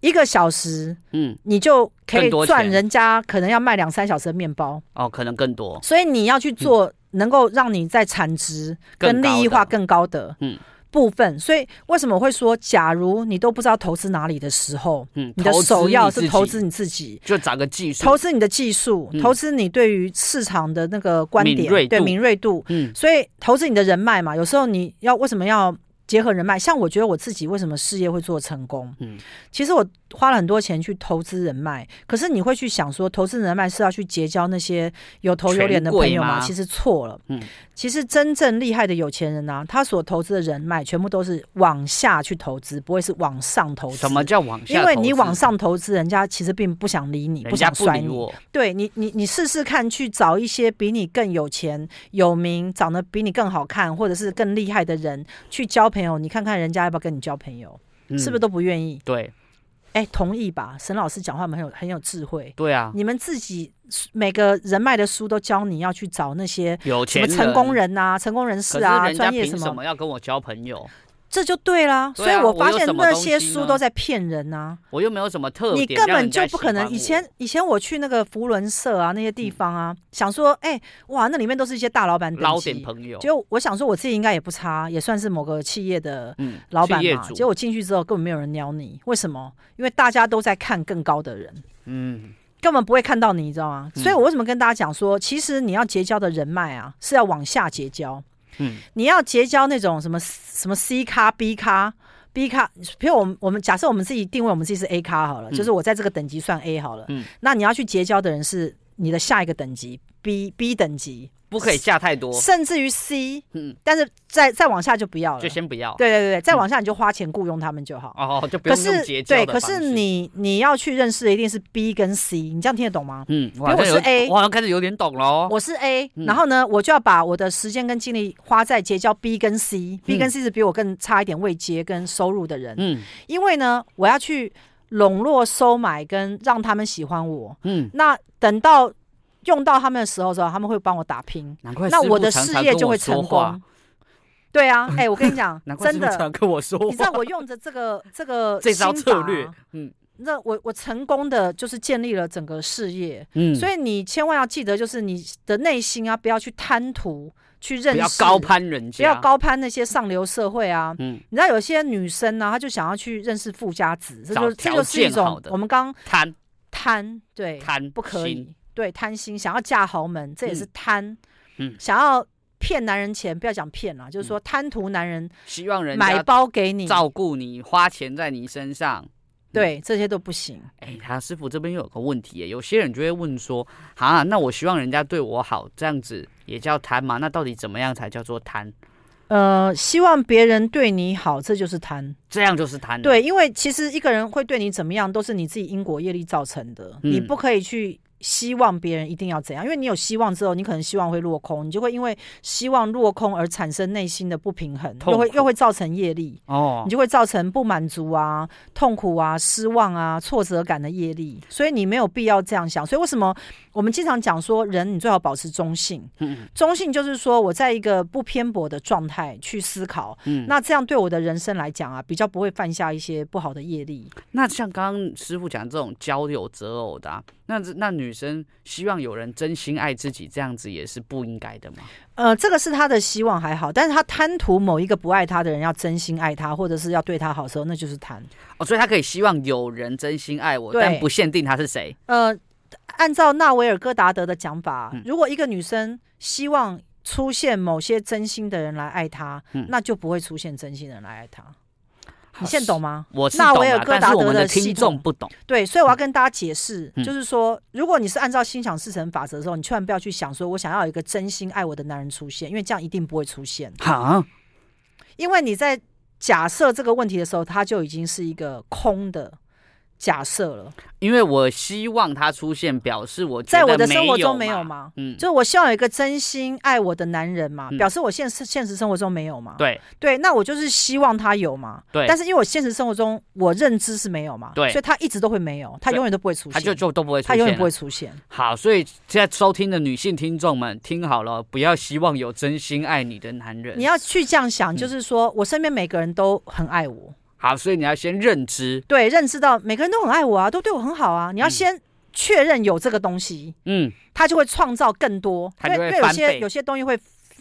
[SPEAKER 1] 一个小时
[SPEAKER 2] 嗯
[SPEAKER 1] 你就可以
[SPEAKER 2] 更多
[SPEAKER 1] 赚
[SPEAKER 2] 钱
[SPEAKER 1] 人家可能要卖两三小时的面包，
[SPEAKER 2] 哦，可能更多，
[SPEAKER 1] 所以你要去做能够让你在产值跟
[SPEAKER 2] 嗯更高
[SPEAKER 1] 利益化
[SPEAKER 2] 的
[SPEAKER 1] 更高的，
[SPEAKER 2] 嗯
[SPEAKER 1] 部分，所以为什么我会说，假如你都不知道投资哪里的时候，
[SPEAKER 2] 嗯，
[SPEAKER 1] 你的
[SPEAKER 2] 投资
[SPEAKER 1] 首要
[SPEAKER 2] 你
[SPEAKER 1] 是
[SPEAKER 2] 自
[SPEAKER 1] 投
[SPEAKER 2] 己
[SPEAKER 1] 资，你自己，
[SPEAKER 2] 就找个技术，
[SPEAKER 1] 投资你的技术，
[SPEAKER 2] 嗯
[SPEAKER 1] 投资你对于市场的那个观点，
[SPEAKER 2] 敏锐度
[SPEAKER 1] 对敏锐度，
[SPEAKER 2] 嗯
[SPEAKER 1] 所以投资你的人脉嘛。有时候你要为什么要结合人脉？像我觉得我自己为什么事业会做成功？
[SPEAKER 2] 嗯
[SPEAKER 1] 其实我花了很多钱去投资人脉，可是你会去想说，投资人脉是要去结交那些有头有脸的朋友
[SPEAKER 2] 权贵
[SPEAKER 1] 吗？
[SPEAKER 2] 吗
[SPEAKER 1] 其实错了，
[SPEAKER 2] 嗯
[SPEAKER 1] 其实真正厉害的有钱人啊，他所投资的人脉全部都是往下去投资，不会是往上投资。
[SPEAKER 2] 什么？叫往下？
[SPEAKER 1] 因为你往，上投资，人家其实并不想理你，
[SPEAKER 2] 人
[SPEAKER 1] 不
[SPEAKER 2] 家
[SPEAKER 1] 想
[SPEAKER 2] 不
[SPEAKER 1] 甩
[SPEAKER 2] 理
[SPEAKER 1] 你。
[SPEAKER 2] 我，
[SPEAKER 1] 对你，你你试试看，去找一些比你更有钱、有名、长得比你更好看，或者是更厉害的人去交朋友，你看看人家要不要跟你交朋友，是不是
[SPEAKER 2] 嗯
[SPEAKER 1] 都不愿意？
[SPEAKER 2] 对
[SPEAKER 1] 哎，同意吧？沈老师讲话很有很有智慧，
[SPEAKER 2] 对啊？
[SPEAKER 1] 你们自己每个人脉的书都教你要去找那些
[SPEAKER 2] 有
[SPEAKER 1] 什
[SPEAKER 2] 钱
[SPEAKER 1] 么成功
[SPEAKER 2] 人。
[SPEAKER 1] 人呐、成功人
[SPEAKER 2] 可
[SPEAKER 1] 士
[SPEAKER 2] 是
[SPEAKER 1] 啊、
[SPEAKER 2] 人家
[SPEAKER 1] 专业
[SPEAKER 2] 凭
[SPEAKER 1] 么，
[SPEAKER 2] 什么要跟我交朋友？
[SPEAKER 1] 这就对啦。
[SPEAKER 2] 对
[SPEAKER 1] 所以
[SPEAKER 2] 啊
[SPEAKER 1] 我
[SPEAKER 2] 我
[SPEAKER 1] 发
[SPEAKER 2] 有
[SPEAKER 1] 现
[SPEAKER 2] 什么
[SPEAKER 1] 那
[SPEAKER 2] 东
[SPEAKER 1] 些
[SPEAKER 2] 西
[SPEAKER 1] 书
[SPEAKER 2] 呢
[SPEAKER 1] 都在骗人啊呐、
[SPEAKER 2] 我又没有什么特
[SPEAKER 1] 你
[SPEAKER 2] 点，
[SPEAKER 1] 根
[SPEAKER 2] 让
[SPEAKER 1] 本
[SPEAKER 2] 人家
[SPEAKER 1] 就不
[SPEAKER 2] 喜
[SPEAKER 1] 可能。
[SPEAKER 2] 欢
[SPEAKER 1] 以
[SPEAKER 2] 我嗯
[SPEAKER 1] 前以前我去那个福伦社啊那些地方啊，想说，哎、哇，那里面都是一些大老板等
[SPEAKER 2] 捞点
[SPEAKER 1] 级。
[SPEAKER 2] 朋友，
[SPEAKER 1] 结果我想说，我自己应该也不差，啊也算是某个企业的
[SPEAKER 2] 嗯，
[SPEAKER 1] 老板
[SPEAKER 2] 企业
[SPEAKER 1] 嘛。
[SPEAKER 2] 主，
[SPEAKER 1] 结果进去之后，根本没有人鸟你，为什么？因为大家都在看更高的人，
[SPEAKER 2] 嗯，
[SPEAKER 1] 根本不会看到你，你知道吗？
[SPEAKER 2] 嗯
[SPEAKER 1] 所以我为什么跟大家讲说，其实你要结交的人脉啊，是要往下结交。
[SPEAKER 2] 嗯，
[SPEAKER 1] 你要结交那种什么什么 C 咖、B 咖、B 咖，比如我们我们假设我们自己定位我们自己是 A 咖好了，
[SPEAKER 2] 嗯
[SPEAKER 1] 就是我在这个等级算 A 好了。
[SPEAKER 2] 嗯
[SPEAKER 1] 那你要去结交的人是你的下一个等级 B B 等级，
[SPEAKER 2] 不可以下太多，
[SPEAKER 1] 甚至于 C，
[SPEAKER 2] 嗯，
[SPEAKER 1] 但是再再往下就不要了。
[SPEAKER 2] 就先不要。
[SPEAKER 1] 对对对对，再往下你就花钱雇佣他们就好。
[SPEAKER 2] 嗯哦，就不
[SPEAKER 1] 可
[SPEAKER 2] 用用
[SPEAKER 1] 是
[SPEAKER 2] 结交
[SPEAKER 1] 对，
[SPEAKER 2] 的
[SPEAKER 1] 可
[SPEAKER 2] 方
[SPEAKER 1] 是
[SPEAKER 2] 式，
[SPEAKER 1] 你你要去认识的一定是 B 跟 C，你这样听得懂吗？
[SPEAKER 2] 嗯，我
[SPEAKER 1] 比如
[SPEAKER 2] 好
[SPEAKER 1] 我
[SPEAKER 2] 像有
[SPEAKER 1] 是 A
[SPEAKER 2] 我好像开始有点懂了哦。
[SPEAKER 1] 我是 A，、
[SPEAKER 2] 嗯
[SPEAKER 1] 然后呢，我就要把我的时间跟精力花在结交 B 跟 C，B
[SPEAKER 2] 嗯
[SPEAKER 1] 跟 C 是比我更差一点位阶跟收入的人，
[SPEAKER 2] 嗯
[SPEAKER 1] 因为呢，我要去笼络、收买跟让他们喜欢我。
[SPEAKER 2] 嗯，
[SPEAKER 1] 那等到用到他们的时候的时候，他们会帮我打拼，
[SPEAKER 2] 难怪
[SPEAKER 1] 那
[SPEAKER 2] 师
[SPEAKER 1] 我
[SPEAKER 2] 傅
[SPEAKER 1] 的
[SPEAKER 2] 常
[SPEAKER 1] 事
[SPEAKER 2] 常
[SPEAKER 1] 业
[SPEAKER 2] 跟
[SPEAKER 1] 就
[SPEAKER 2] 我
[SPEAKER 1] 会
[SPEAKER 2] 说
[SPEAKER 1] 成
[SPEAKER 2] 话
[SPEAKER 1] 功。。对 啊，哎、我跟你讲
[SPEAKER 2] 难，怪师
[SPEAKER 1] 真
[SPEAKER 2] 傅常
[SPEAKER 1] 的
[SPEAKER 2] 常，跟我说
[SPEAKER 1] 你知道
[SPEAKER 2] 话，
[SPEAKER 1] 我用着这个这个
[SPEAKER 2] 这招
[SPEAKER 1] 心
[SPEAKER 2] 策
[SPEAKER 1] 法
[SPEAKER 2] 略，嗯
[SPEAKER 1] 那我我成功的就是建立了整个事业，
[SPEAKER 2] 嗯，
[SPEAKER 1] 所以你千万要记得，就是你的内心啊，不要去贪图去认
[SPEAKER 2] 不
[SPEAKER 1] 识，
[SPEAKER 2] 要高，攀人家，
[SPEAKER 1] 不要，高攀那些上流社会啊。
[SPEAKER 2] 嗯，
[SPEAKER 1] 你知道有些女生啊呢、她就想要去认识富家子，这
[SPEAKER 2] 找
[SPEAKER 1] 就这
[SPEAKER 2] 条
[SPEAKER 1] 就是一
[SPEAKER 2] 件好
[SPEAKER 1] 种
[SPEAKER 2] 的
[SPEAKER 1] 我们刚
[SPEAKER 2] 贪
[SPEAKER 1] 贪，对，
[SPEAKER 2] 贪
[SPEAKER 1] 不可
[SPEAKER 2] 心，
[SPEAKER 1] 以，对，贪心，想要嫁豪门，这也是贪，
[SPEAKER 2] 嗯
[SPEAKER 1] 想要骗男人钱，不要讲骗啦，就是说贪图男人
[SPEAKER 2] 希望人
[SPEAKER 1] 买
[SPEAKER 2] 家
[SPEAKER 1] 包给你，
[SPEAKER 2] 照顾你，花钱在你身上。
[SPEAKER 1] 对，这些都不行。
[SPEAKER 2] 哎，他师傅这边又有个问题耶，有些人就会问说，啊，那我希望人家对我好，这样子也叫贪吗？那到底怎么样才叫做贪？
[SPEAKER 1] 呃，希望别人对你好，这就是贪。
[SPEAKER 2] 这样就是贪了，
[SPEAKER 1] 对，因为其实一个人会对你怎么样，都是你自己因果业力造成的，你
[SPEAKER 2] 嗯
[SPEAKER 1] 不可以去。希望别人一定要怎样，因为你有希望之后，你可能希望会落空，你就会因为希望落空而产生内心的不平衡，又会
[SPEAKER 2] 痛苦
[SPEAKER 1] 又会造成业力。
[SPEAKER 2] 哦
[SPEAKER 1] 你，就会造成不满足啊、痛苦啊、失望啊、挫折感的业力，所以你没有必要这样想。所以为什么我们经常讲说，人你最好保持中性？
[SPEAKER 2] 嗯
[SPEAKER 1] 中性就是说我在一个不偏颇的状态去思考，
[SPEAKER 2] 嗯，那
[SPEAKER 1] 那这样对我的人生来讲啊，比较不会犯下一些不好的业力。
[SPEAKER 2] 那像刚刚师傅讲这种交友择偶的、啊，那这那女生希望有人真心爱自己，这样子也是不应该的嘛？
[SPEAKER 1] 呃，这个是他的希望还好，但是他贪图某一个不爱他的人要真心爱他，或者是要对他好的时候，那就是贪。
[SPEAKER 2] 哦，所以她可以希望有人真心爱我，
[SPEAKER 1] 对
[SPEAKER 2] 但不限定他是谁。
[SPEAKER 1] 呃，按照纳维尔戈达德的讲法
[SPEAKER 2] 嗯，
[SPEAKER 1] 如果一个女生希望出现某些真心的人来爱她，
[SPEAKER 2] 嗯
[SPEAKER 1] 那就不会出现真心的人来爱她。
[SPEAKER 2] 好
[SPEAKER 1] 你现在懂吗？
[SPEAKER 2] 我是
[SPEAKER 1] 纳
[SPEAKER 2] 懂
[SPEAKER 1] 维尔
[SPEAKER 2] 了，
[SPEAKER 1] 戈
[SPEAKER 2] 但
[SPEAKER 1] 达
[SPEAKER 2] 是
[SPEAKER 1] 德
[SPEAKER 2] 我们的
[SPEAKER 1] 的系
[SPEAKER 2] 听
[SPEAKER 1] 统
[SPEAKER 2] 众不懂。
[SPEAKER 1] 对，所以我要跟大家解释，
[SPEAKER 2] 嗯
[SPEAKER 1] 就是说，如果你是按照心想事成法则的时候，你千万不要去想说我想要有一个真心爱我的男人出现，因为这样一定不会出现。
[SPEAKER 2] 哈，
[SPEAKER 1] 因为你在假设这个问题的时候，它就已经是一个空的假设了，
[SPEAKER 2] 因为我希望他出现，表示我觉
[SPEAKER 1] 在我
[SPEAKER 2] 得
[SPEAKER 1] 的生活中没
[SPEAKER 2] 没有
[SPEAKER 1] 有
[SPEAKER 2] 嘛？
[SPEAKER 1] 吗？
[SPEAKER 2] 嗯，
[SPEAKER 1] 就是我希望有一个真心爱我的男人嘛，
[SPEAKER 2] 嗯
[SPEAKER 1] 表示我现实现实生活中没有嘛。
[SPEAKER 2] 对
[SPEAKER 1] 对那我就是希望他有嘛。
[SPEAKER 2] 对，
[SPEAKER 1] 但是因为我现实生活中我认知是没有嘛，
[SPEAKER 2] 对
[SPEAKER 1] 所以他一直都会没有，他
[SPEAKER 2] 对
[SPEAKER 1] 永远都不会出现，
[SPEAKER 2] 他就就都不会出
[SPEAKER 1] 他永远
[SPEAKER 2] 现
[SPEAKER 1] 不
[SPEAKER 2] 了
[SPEAKER 1] 会。出现。
[SPEAKER 2] 好，所以现在收听的女性听众们，听好了，不要希望有真心爱你的男人
[SPEAKER 1] 你。要去这样想，
[SPEAKER 2] 嗯
[SPEAKER 1] 就是说我身边每个人都很爱我，
[SPEAKER 2] 好，所以你要先认知，
[SPEAKER 1] 对，认知到每个人都很爱我啊，都对我很好啊。你要
[SPEAKER 2] 嗯
[SPEAKER 1] 先确认有这个东西，
[SPEAKER 2] 嗯
[SPEAKER 1] 他就会创造更多，
[SPEAKER 2] 它
[SPEAKER 1] 因
[SPEAKER 2] 就
[SPEAKER 1] 为
[SPEAKER 2] 会
[SPEAKER 1] 因为有
[SPEAKER 2] 翻
[SPEAKER 1] 些
[SPEAKER 2] 倍
[SPEAKER 1] 有些东西会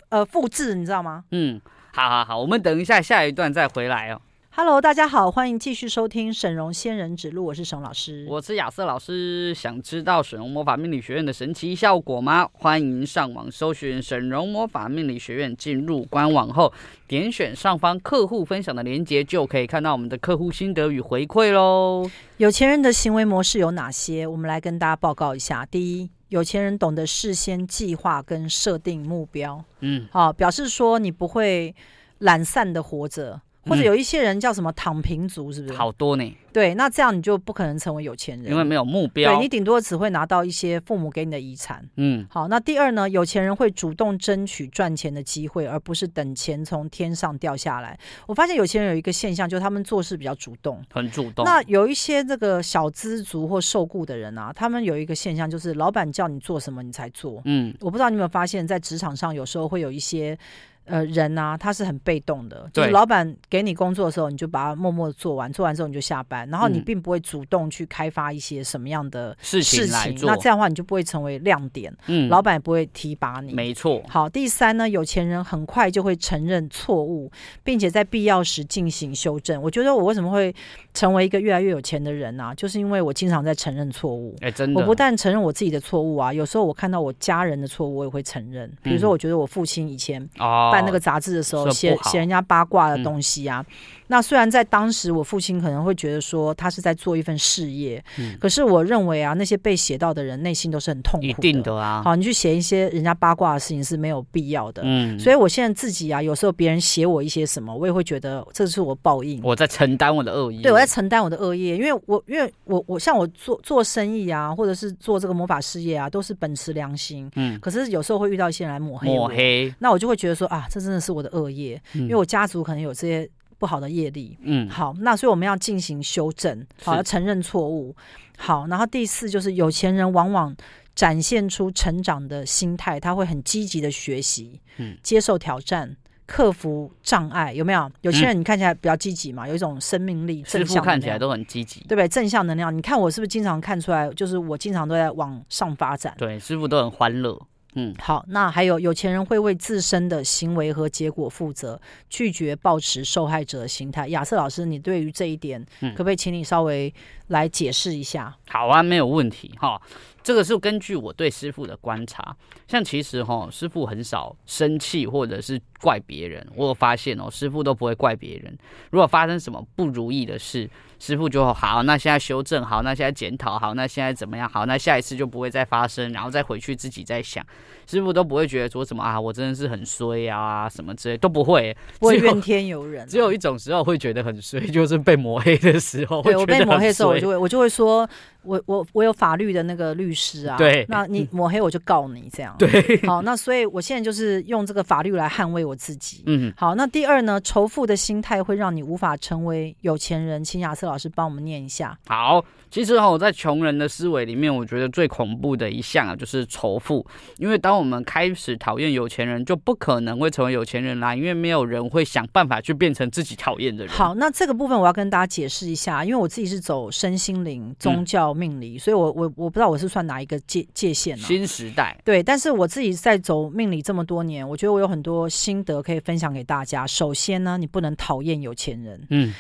[SPEAKER 1] 呃复制，你知道吗？
[SPEAKER 2] 嗯，好好好，我们等一下下一段再回来哦。
[SPEAKER 1] Hello，大家好，欢迎继续收听沈荣仙人指路，我是沈老师。
[SPEAKER 2] 我是亚瑟老师，想知道沈荣魔法命理学院的神奇效果吗？欢迎上网搜寻沈荣魔法命理学院，进入官网后点选上方客户分享的链接，就可以看到我们的客户心得与回馈喽。
[SPEAKER 1] 有钱人的行为模式有哪些？我们来跟大家报告一下。第一，有钱人懂得事先计划跟设定目标，
[SPEAKER 2] 嗯，
[SPEAKER 1] 啊，表示说你不会懒散的活着，或者
[SPEAKER 2] 嗯
[SPEAKER 1] 有一些人叫什么躺平族，是不是？啊
[SPEAKER 2] 好多呢，
[SPEAKER 1] 对，那这样你就不可能成为有钱人，
[SPEAKER 2] 因为没有目标。
[SPEAKER 1] 对你顶多只会拿到一些父母给你的遗产。
[SPEAKER 2] 嗯
[SPEAKER 1] 好，那第二呢？有钱人会主动争取赚钱的机会，而不是等钱从天上掉下来。我发现有钱人有一个现象，就是他们做事比较主动。
[SPEAKER 2] 很主动。
[SPEAKER 1] 那有一些这个小资族或受雇的人啊，他们有一个现象，就是老板叫你做什么你才做。
[SPEAKER 2] 嗯
[SPEAKER 1] 我不知道你有没有发现，在职场上有时候会有一些呃人啊，他是很被动的，就是
[SPEAKER 2] 对
[SPEAKER 1] 老板给你工作的时候，你就把它默默地做完，做完之后你就下班，然后你
[SPEAKER 2] 嗯
[SPEAKER 1] 并不会主动去开发一些什么样的
[SPEAKER 2] 事
[SPEAKER 1] 事
[SPEAKER 2] 情来
[SPEAKER 1] 情，
[SPEAKER 2] 做，
[SPEAKER 1] 那这样的话你就不会成为亮点，
[SPEAKER 2] 嗯
[SPEAKER 1] 老板也不会提拔你。
[SPEAKER 2] 没错，
[SPEAKER 1] 好，第三呢，有钱人很快就会承认错误，并且在必要时进行修正。我觉得我为什么会成为一个越来越有钱的人啊，就是因为我经常在承认错误。
[SPEAKER 2] 哎、真
[SPEAKER 1] 我
[SPEAKER 2] 的，
[SPEAKER 1] 不但承认我自己的错误啊，有时候我看到我家人的错误，我也会承认。比如说，
[SPEAKER 2] 嗯
[SPEAKER 1] 我觉得我父亲以前
[SPEAKER 2] 哦
[SPEAKER 1] 办办那个杂志的时候，
[SPEAKER 2] 说
[SPEAKER 1] 写
[SPEAKER 2] 不好嗯
[SPEAKER 1] 写人家八卦的东西啊。那虽然在当时，我父亲可能会觉得说他是在做一份事业，
[SPEAKER 2] 嗯
[SPEAKER 1] 可是我认为啊，那些被写到的人内心都是很痛苦
[SPEAKER 2] 一定。的啊，
[SPEAKER 1] 好，你去写一些人家八卦的事情是没有必要的。
[SPEAKER 2] 嗯，
[SPEAKER 1] 所
[SPEAKER 2] 以
[SPEAKER 1] 以我现在自己啊，有时候别人写我一些什么，我也会觉得这是我报应。
[SPEAKER 2] 我在承担我的恶意，
[SPEAKER 1] 对，我在承担我的恶业，因为我因为我我像我做做生意啊，或者是做这个魔法事业啊，都是本持良心。
[SPEAKER 2] 嗯
[SPEAKER 1] 可是有时候会遇到一些人来抹黑我，
[SPEAKER 2] 抹黑，嗯
[SPEAKER 1] 那我就会觉得说啊，这真的是我的恶业，
[SPEAKER 2] 因
[SPEAKER 1] 因为我家族可能有这些不好的业力。
[SPEAKER 2] 嗯
[SPEAKER 1] 好，那所以我们要进行修正，好，
[SPEAKER 2] 是
[SPEAKER 1] 要承认错误。好，然后第四就是有钱人往往展现出成长的心态，他会很积极的学习，
[SPEAKER 2] 嗯
[SPEAKER 1] 接受挑战。克服障碍有没有？有些人你看起来比较积极嘛，有一种生命力，
[SPEAKER 2] 嗯师
[SPEAKER 1] 正
[SPEAKER 2] 傅
[SPEAKER 1] 向
[SPEAKER 2] 看
[SPEAKER 1] 能
[SPEAKER 2] 起来
[SPEAKER 1] 量
[SPEAKER 2] 都很积极，
[SPEAKER 1] 对不对？正向能量，你看我是不是经常看出来？就是我经常都在往上发展。
[SPEAKER 2] 对，师傅都很欢乐，嗯，
[SPEAKER 1] 好，那还有有钱人会为自身的行为和结果负责，拒绝抱持受害者的心态。亚瑟老师，你对于这一点，
[SPEAKER 2] 嗯
[SPEAKER 1] 可不可以请你稍微来解释一下？
[SPEAKER 2] 好啊，没有问题哈。这个是根据我对师傅的观察，像其实哈，师傅很少生气或者是怪别人。我有发现哦，师傅都不会怪别人。如果发生什么不如意的事，师傅就好，那现在修正好，那现在检讨好，那现在怎么样好，那下一次就不会再发生，然后再回去自己再想。师傅都不会觉得说什么啊，我真的是很衰啊，什么之类都不会。
[SPEAKER 1] 不会
[SPEAKER 2] 只有
[SPEAKER 1] 怨天尤人啊、
[SPEAKER 2] 只有一种时候会觉得很衰，就是被抹黑的时候。
[SPEAKER 1] 对
[SPEAKER 2] 会
[SPEAKER 1] 我
[SPEAKER 2] 觉得
[SPEAKER 1] 被抹黑的时候，
[SPEAKER 2] 很
[SPEAKER 1] 我
[SPEAKER 2] 衰
[SPEAKER 1] 就会我就会说，我我我有法律的那个律师啊，
[SPEAKER 2] 对嗯
[SPEAKER 1] 那你抹黑我就告你这样。
[SPEAKER 2] 对，
[SPEAKER 1] 好，那所以我现在就是用这个法律来捍卫我自己。
[SPEAKER 2] 嗯，
[SPEAKER 1] 好，那第二呢，仇富的心态会让你无法成为有钱人，请亚瑟老师帮我们念一下。
[SPEAKER 2] 好，其实哈，在穷人的思维里面，我觉得最恐怖的一项啊，就是仇富。因为当我们开始讨厌有钱人，就不可能会成为有钱人啦，因为没有人会想办法去变成自己讨厌的人。，
[SPEAKER 1] 好，那这个部分我要跟大家解释一下，因为我自己是走身心灵、
[SPEAKER 2] 嗯
[SPEAKER 1] 宗教、命理，所以我我我不知道我是算哪一个界界限呢、
[SPEAKER 2] 新时代，
[SPEAKER 1] 对，但是我自己在走命理这么多年，我觉得我有很多心得可以分享给大家。首先呢，你不能讨厌有钱人，
[SPEAKER 2] 嗯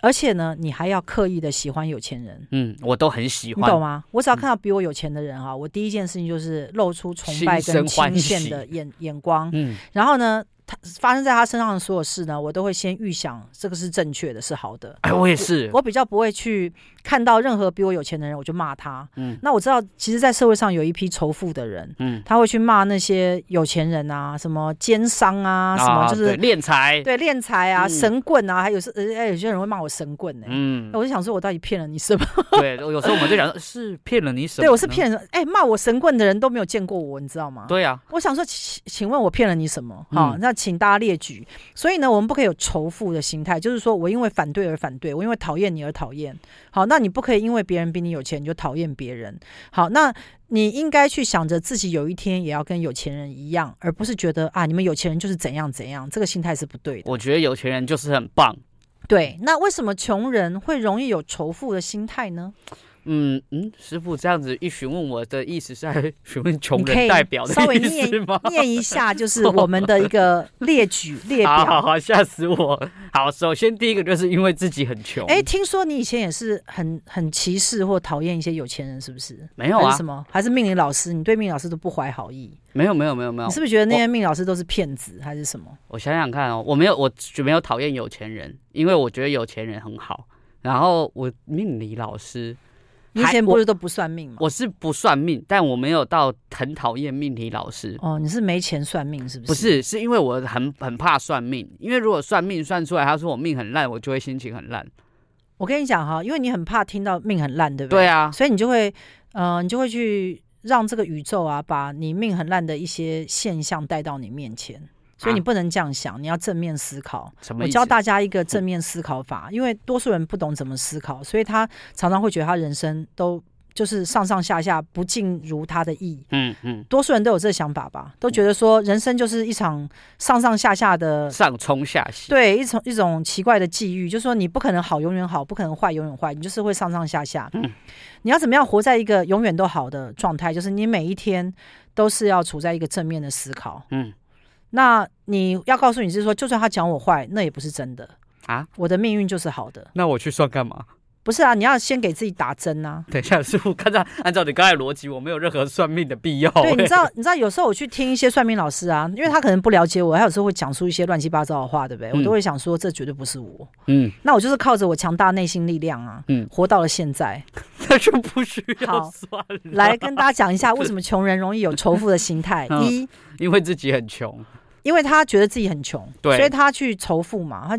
[SPEAKER 1] 而且呢，你还要刻意的喜欢有钱人，
[SPEAKER 2] 嗯，我都很喜
[SPEAKER 1] 你懂
[SPEAKER 2] 欢。
[SPEAKER 1] 吗？我只要看到比我有钱的人哈，我第一件事情就是露出崇拜
[SPEAKER 2] 心
[SPEAKER 1] 跟
[SPEAKER 2] 生欢
[SPEAKER 1] 钦羡
[SPEAKER 2] 喜
[SPEAKER 1] 的眼眼光，
[SPEAKER 2] 嗯，
[SPEAKER 1] 然后呢，他发生在他身上的所有事呢，我都会先预想这个是正确的，是好的。
[SPEAKER 2] 哎，我也是。
[SPEAKER 1] 我比较不会去看到任何比我有钱的人，我就骂他。
[SPEAKER 2] 嗯
[SPEAKER 1] 那我知道，其实，在社会上有一批仇富的人，
[SPEAKER 2] 嗯，
[SPEAKER 1] 他会去骂那些有钱人啊，什么奸商啊，什么就是、
[SPEAKER 2] 对敛财。
[SPEAKER 1] 对敛财啊、
[SPEAKER 2] 嗯
[SPEAKER 1] 神棍啊，还有是呃，哎有些人会骂我神棍呢、
[SPEAKER 2] 嗯，
[SPEAKER 1] 我就想说，我到底骗了你什么？
[SPEAKER 2] 对，有时候我们就想说，是骗了你什么？
[SPEAKER 1] 对我是。骗人，哎、骂我神棍的人都没有见过我，你知道吗？
[SPEAKER 2] 对啊，
[SPEAKER 1] 我想说，请请问我骗了你什么？哈、
[SPEAKER 2] 嗯
[SPEAKER 1] 那请大家列举。所以呢，我们不可以有仇富的心态，就是说我因为反对而反对，我因为讨厌你而讨厌。好，那你不可以因为别人比你有钱你就讨厌别人。好，那你应该去想着自己有一天也要跟有钱人一样，而不是觉得啊，你们有钱人就是怎样怎样，这个心态是不对的。
[SPEAKER 2] 我觉得有钱人就是很棒。
[SPEAKER 1] 对，那为什么穷人会容易有仇富的心态呢？
[SPEAKER 2] 嗯嗯，师傅这样子一询问我的意思是在询问穷
[SPEAKER 1] 你可以
[SPEAKER 2] 人代表的
[SPEAKER 1] 稍微
[SPEAKER 2] 意
[SPEAKER 1] 念
[SPEAKER 2] 思吗？
[SPEAKER 1] 念一下，就是我们的一个列举列
[SPEAKER 2] 好好
[SPEAKER 1] 表。
[SPEAKER 2] 好，吓死我！好，首先第一个就是因为自己很穷，
[SPEAKER 1] 哎，听说你以前也是很很歧视或讨厌一些有钱人，是不是？
[SPEAKER 2] 没有
[SPEAKER 1] 还
[SPEAKER 2] 啊
[SPEAKER 1] 是什，么？还是命理老师？你对命理老师都不怀好意？
[SPEAKER 2] 没有没有没有没有
[SPEAKER 1] 你，是不是觉得那些命理老师都是骗子，还是什么？
[SPEAKER 2] 我想想看哦，我没有我没有讨厌有钱人，因为我觉得有钱人很好。然后我命理老师，
[SPEAKER 1] 你以
[SPEAKER 2] 还
[SPEAKER 1] 前不
[SPEAKER 2] 我
[SPEAKER 1] 是都不算命吗？
[SPEAKER 2] 我是不算命，但我没有到很讨厌命理老师，
[SPEAKER 1] 哦，你是没钱算命是不是？
[SPEAKER 2] 不，是，是因为我很很怕算命，因为如果算命算出来他说我命很烂，我就会心情很烂。
[SPEAKER 1] 我跟你讲哈，因为你很怕听到命很烂，对不
[SPEAKER 2] 对
[SPEAKER 1] 对？
[SPEAKER 2] 啊，
[SPEAKER 1] 所以你就会，呃，你就会去让这个宇宙啊，把你命很烂的一些现象带到你面前。所以你
[SPEAKER 2] 啊
[SPEAKER 1] 不能这样想，你要正面思考。
[SPEAKER 2] 什么
[SPEAKER 1] 我
[SPEAKER 2] 意思？嗯
[SPEAKER 1] 教大家一个正面思考法，因为多数人不懂怎么思考，所以他常常会觉得他人生都就是上上下下不尽如他的意。
[SPEAKER 2] 嗯嗯，
[SPEAKER 1] 多数人都有这想法吧，都觉得说人生就是一场上上下下的，
[SPEAKER 2] 上冲下洗。
[SPEAKER 1] 对一种一种奇怪的际遇，就是说你不可能好永远好，不可能坏永远坏，你就是会上上下下。
[SPEAKER 2] 嗯
[SPEAKER 1] 你要怎么样活在一个永远都好的状态？就是你每一天都是要处在一个正面的思考。
[SPEAKER 2] 嗯，
[SPEAKER 1] 那你要告诉你是说，就算他讲我坏，那也不是真的
[SPEAKER 2] 啊，
[SPEAKER 1] 我的命运就是好的。
[SPEAKER 2] 那我去算干嘛？
[SPEAKER 1] 不是啊，你要先给自己打针啊。
[SPEAKER 2] 等一下，师傅，看到按照你刚才的逻辑，我没有任何算命的必要、
[SPEAKER 1] 对，你知
[SPEAKER 2] 欸
[SPEAKER 1] 道，你知道，有时候我去听一些算命老师啊，因为他可能不了解我，他有时候会讲出一些乱七八糟的话，对不对？我
[SPEAKER 2] 嗯
[SPEAKER 1] 都会想说，这绝对不是我。
[SPEAKER 2] 嗯，
[SPEAKER 1] 那我就是靠着我强大内心力量啊，
[SPEAKER 2] 嗯
[SPEAKER 1] 活到了现 在。
[SPEAKER 2] 那就不需要
[SPEAKER 1] 好
[SPEAKER 2] 算了，？
[SPEAKER 1] 来跟大家讲一下，为什么穷人容易有仇富的心态
[SPEAKER 2] 嗯
[SPEAKER 1] 一，
[SPEAKER 2] 因为自己很穷。
[SPEAKER 1] 因为他觉得自己很穷，
[SPEAKER 2] 对
[SPEAKER 1] 所以他去仇富嘛。他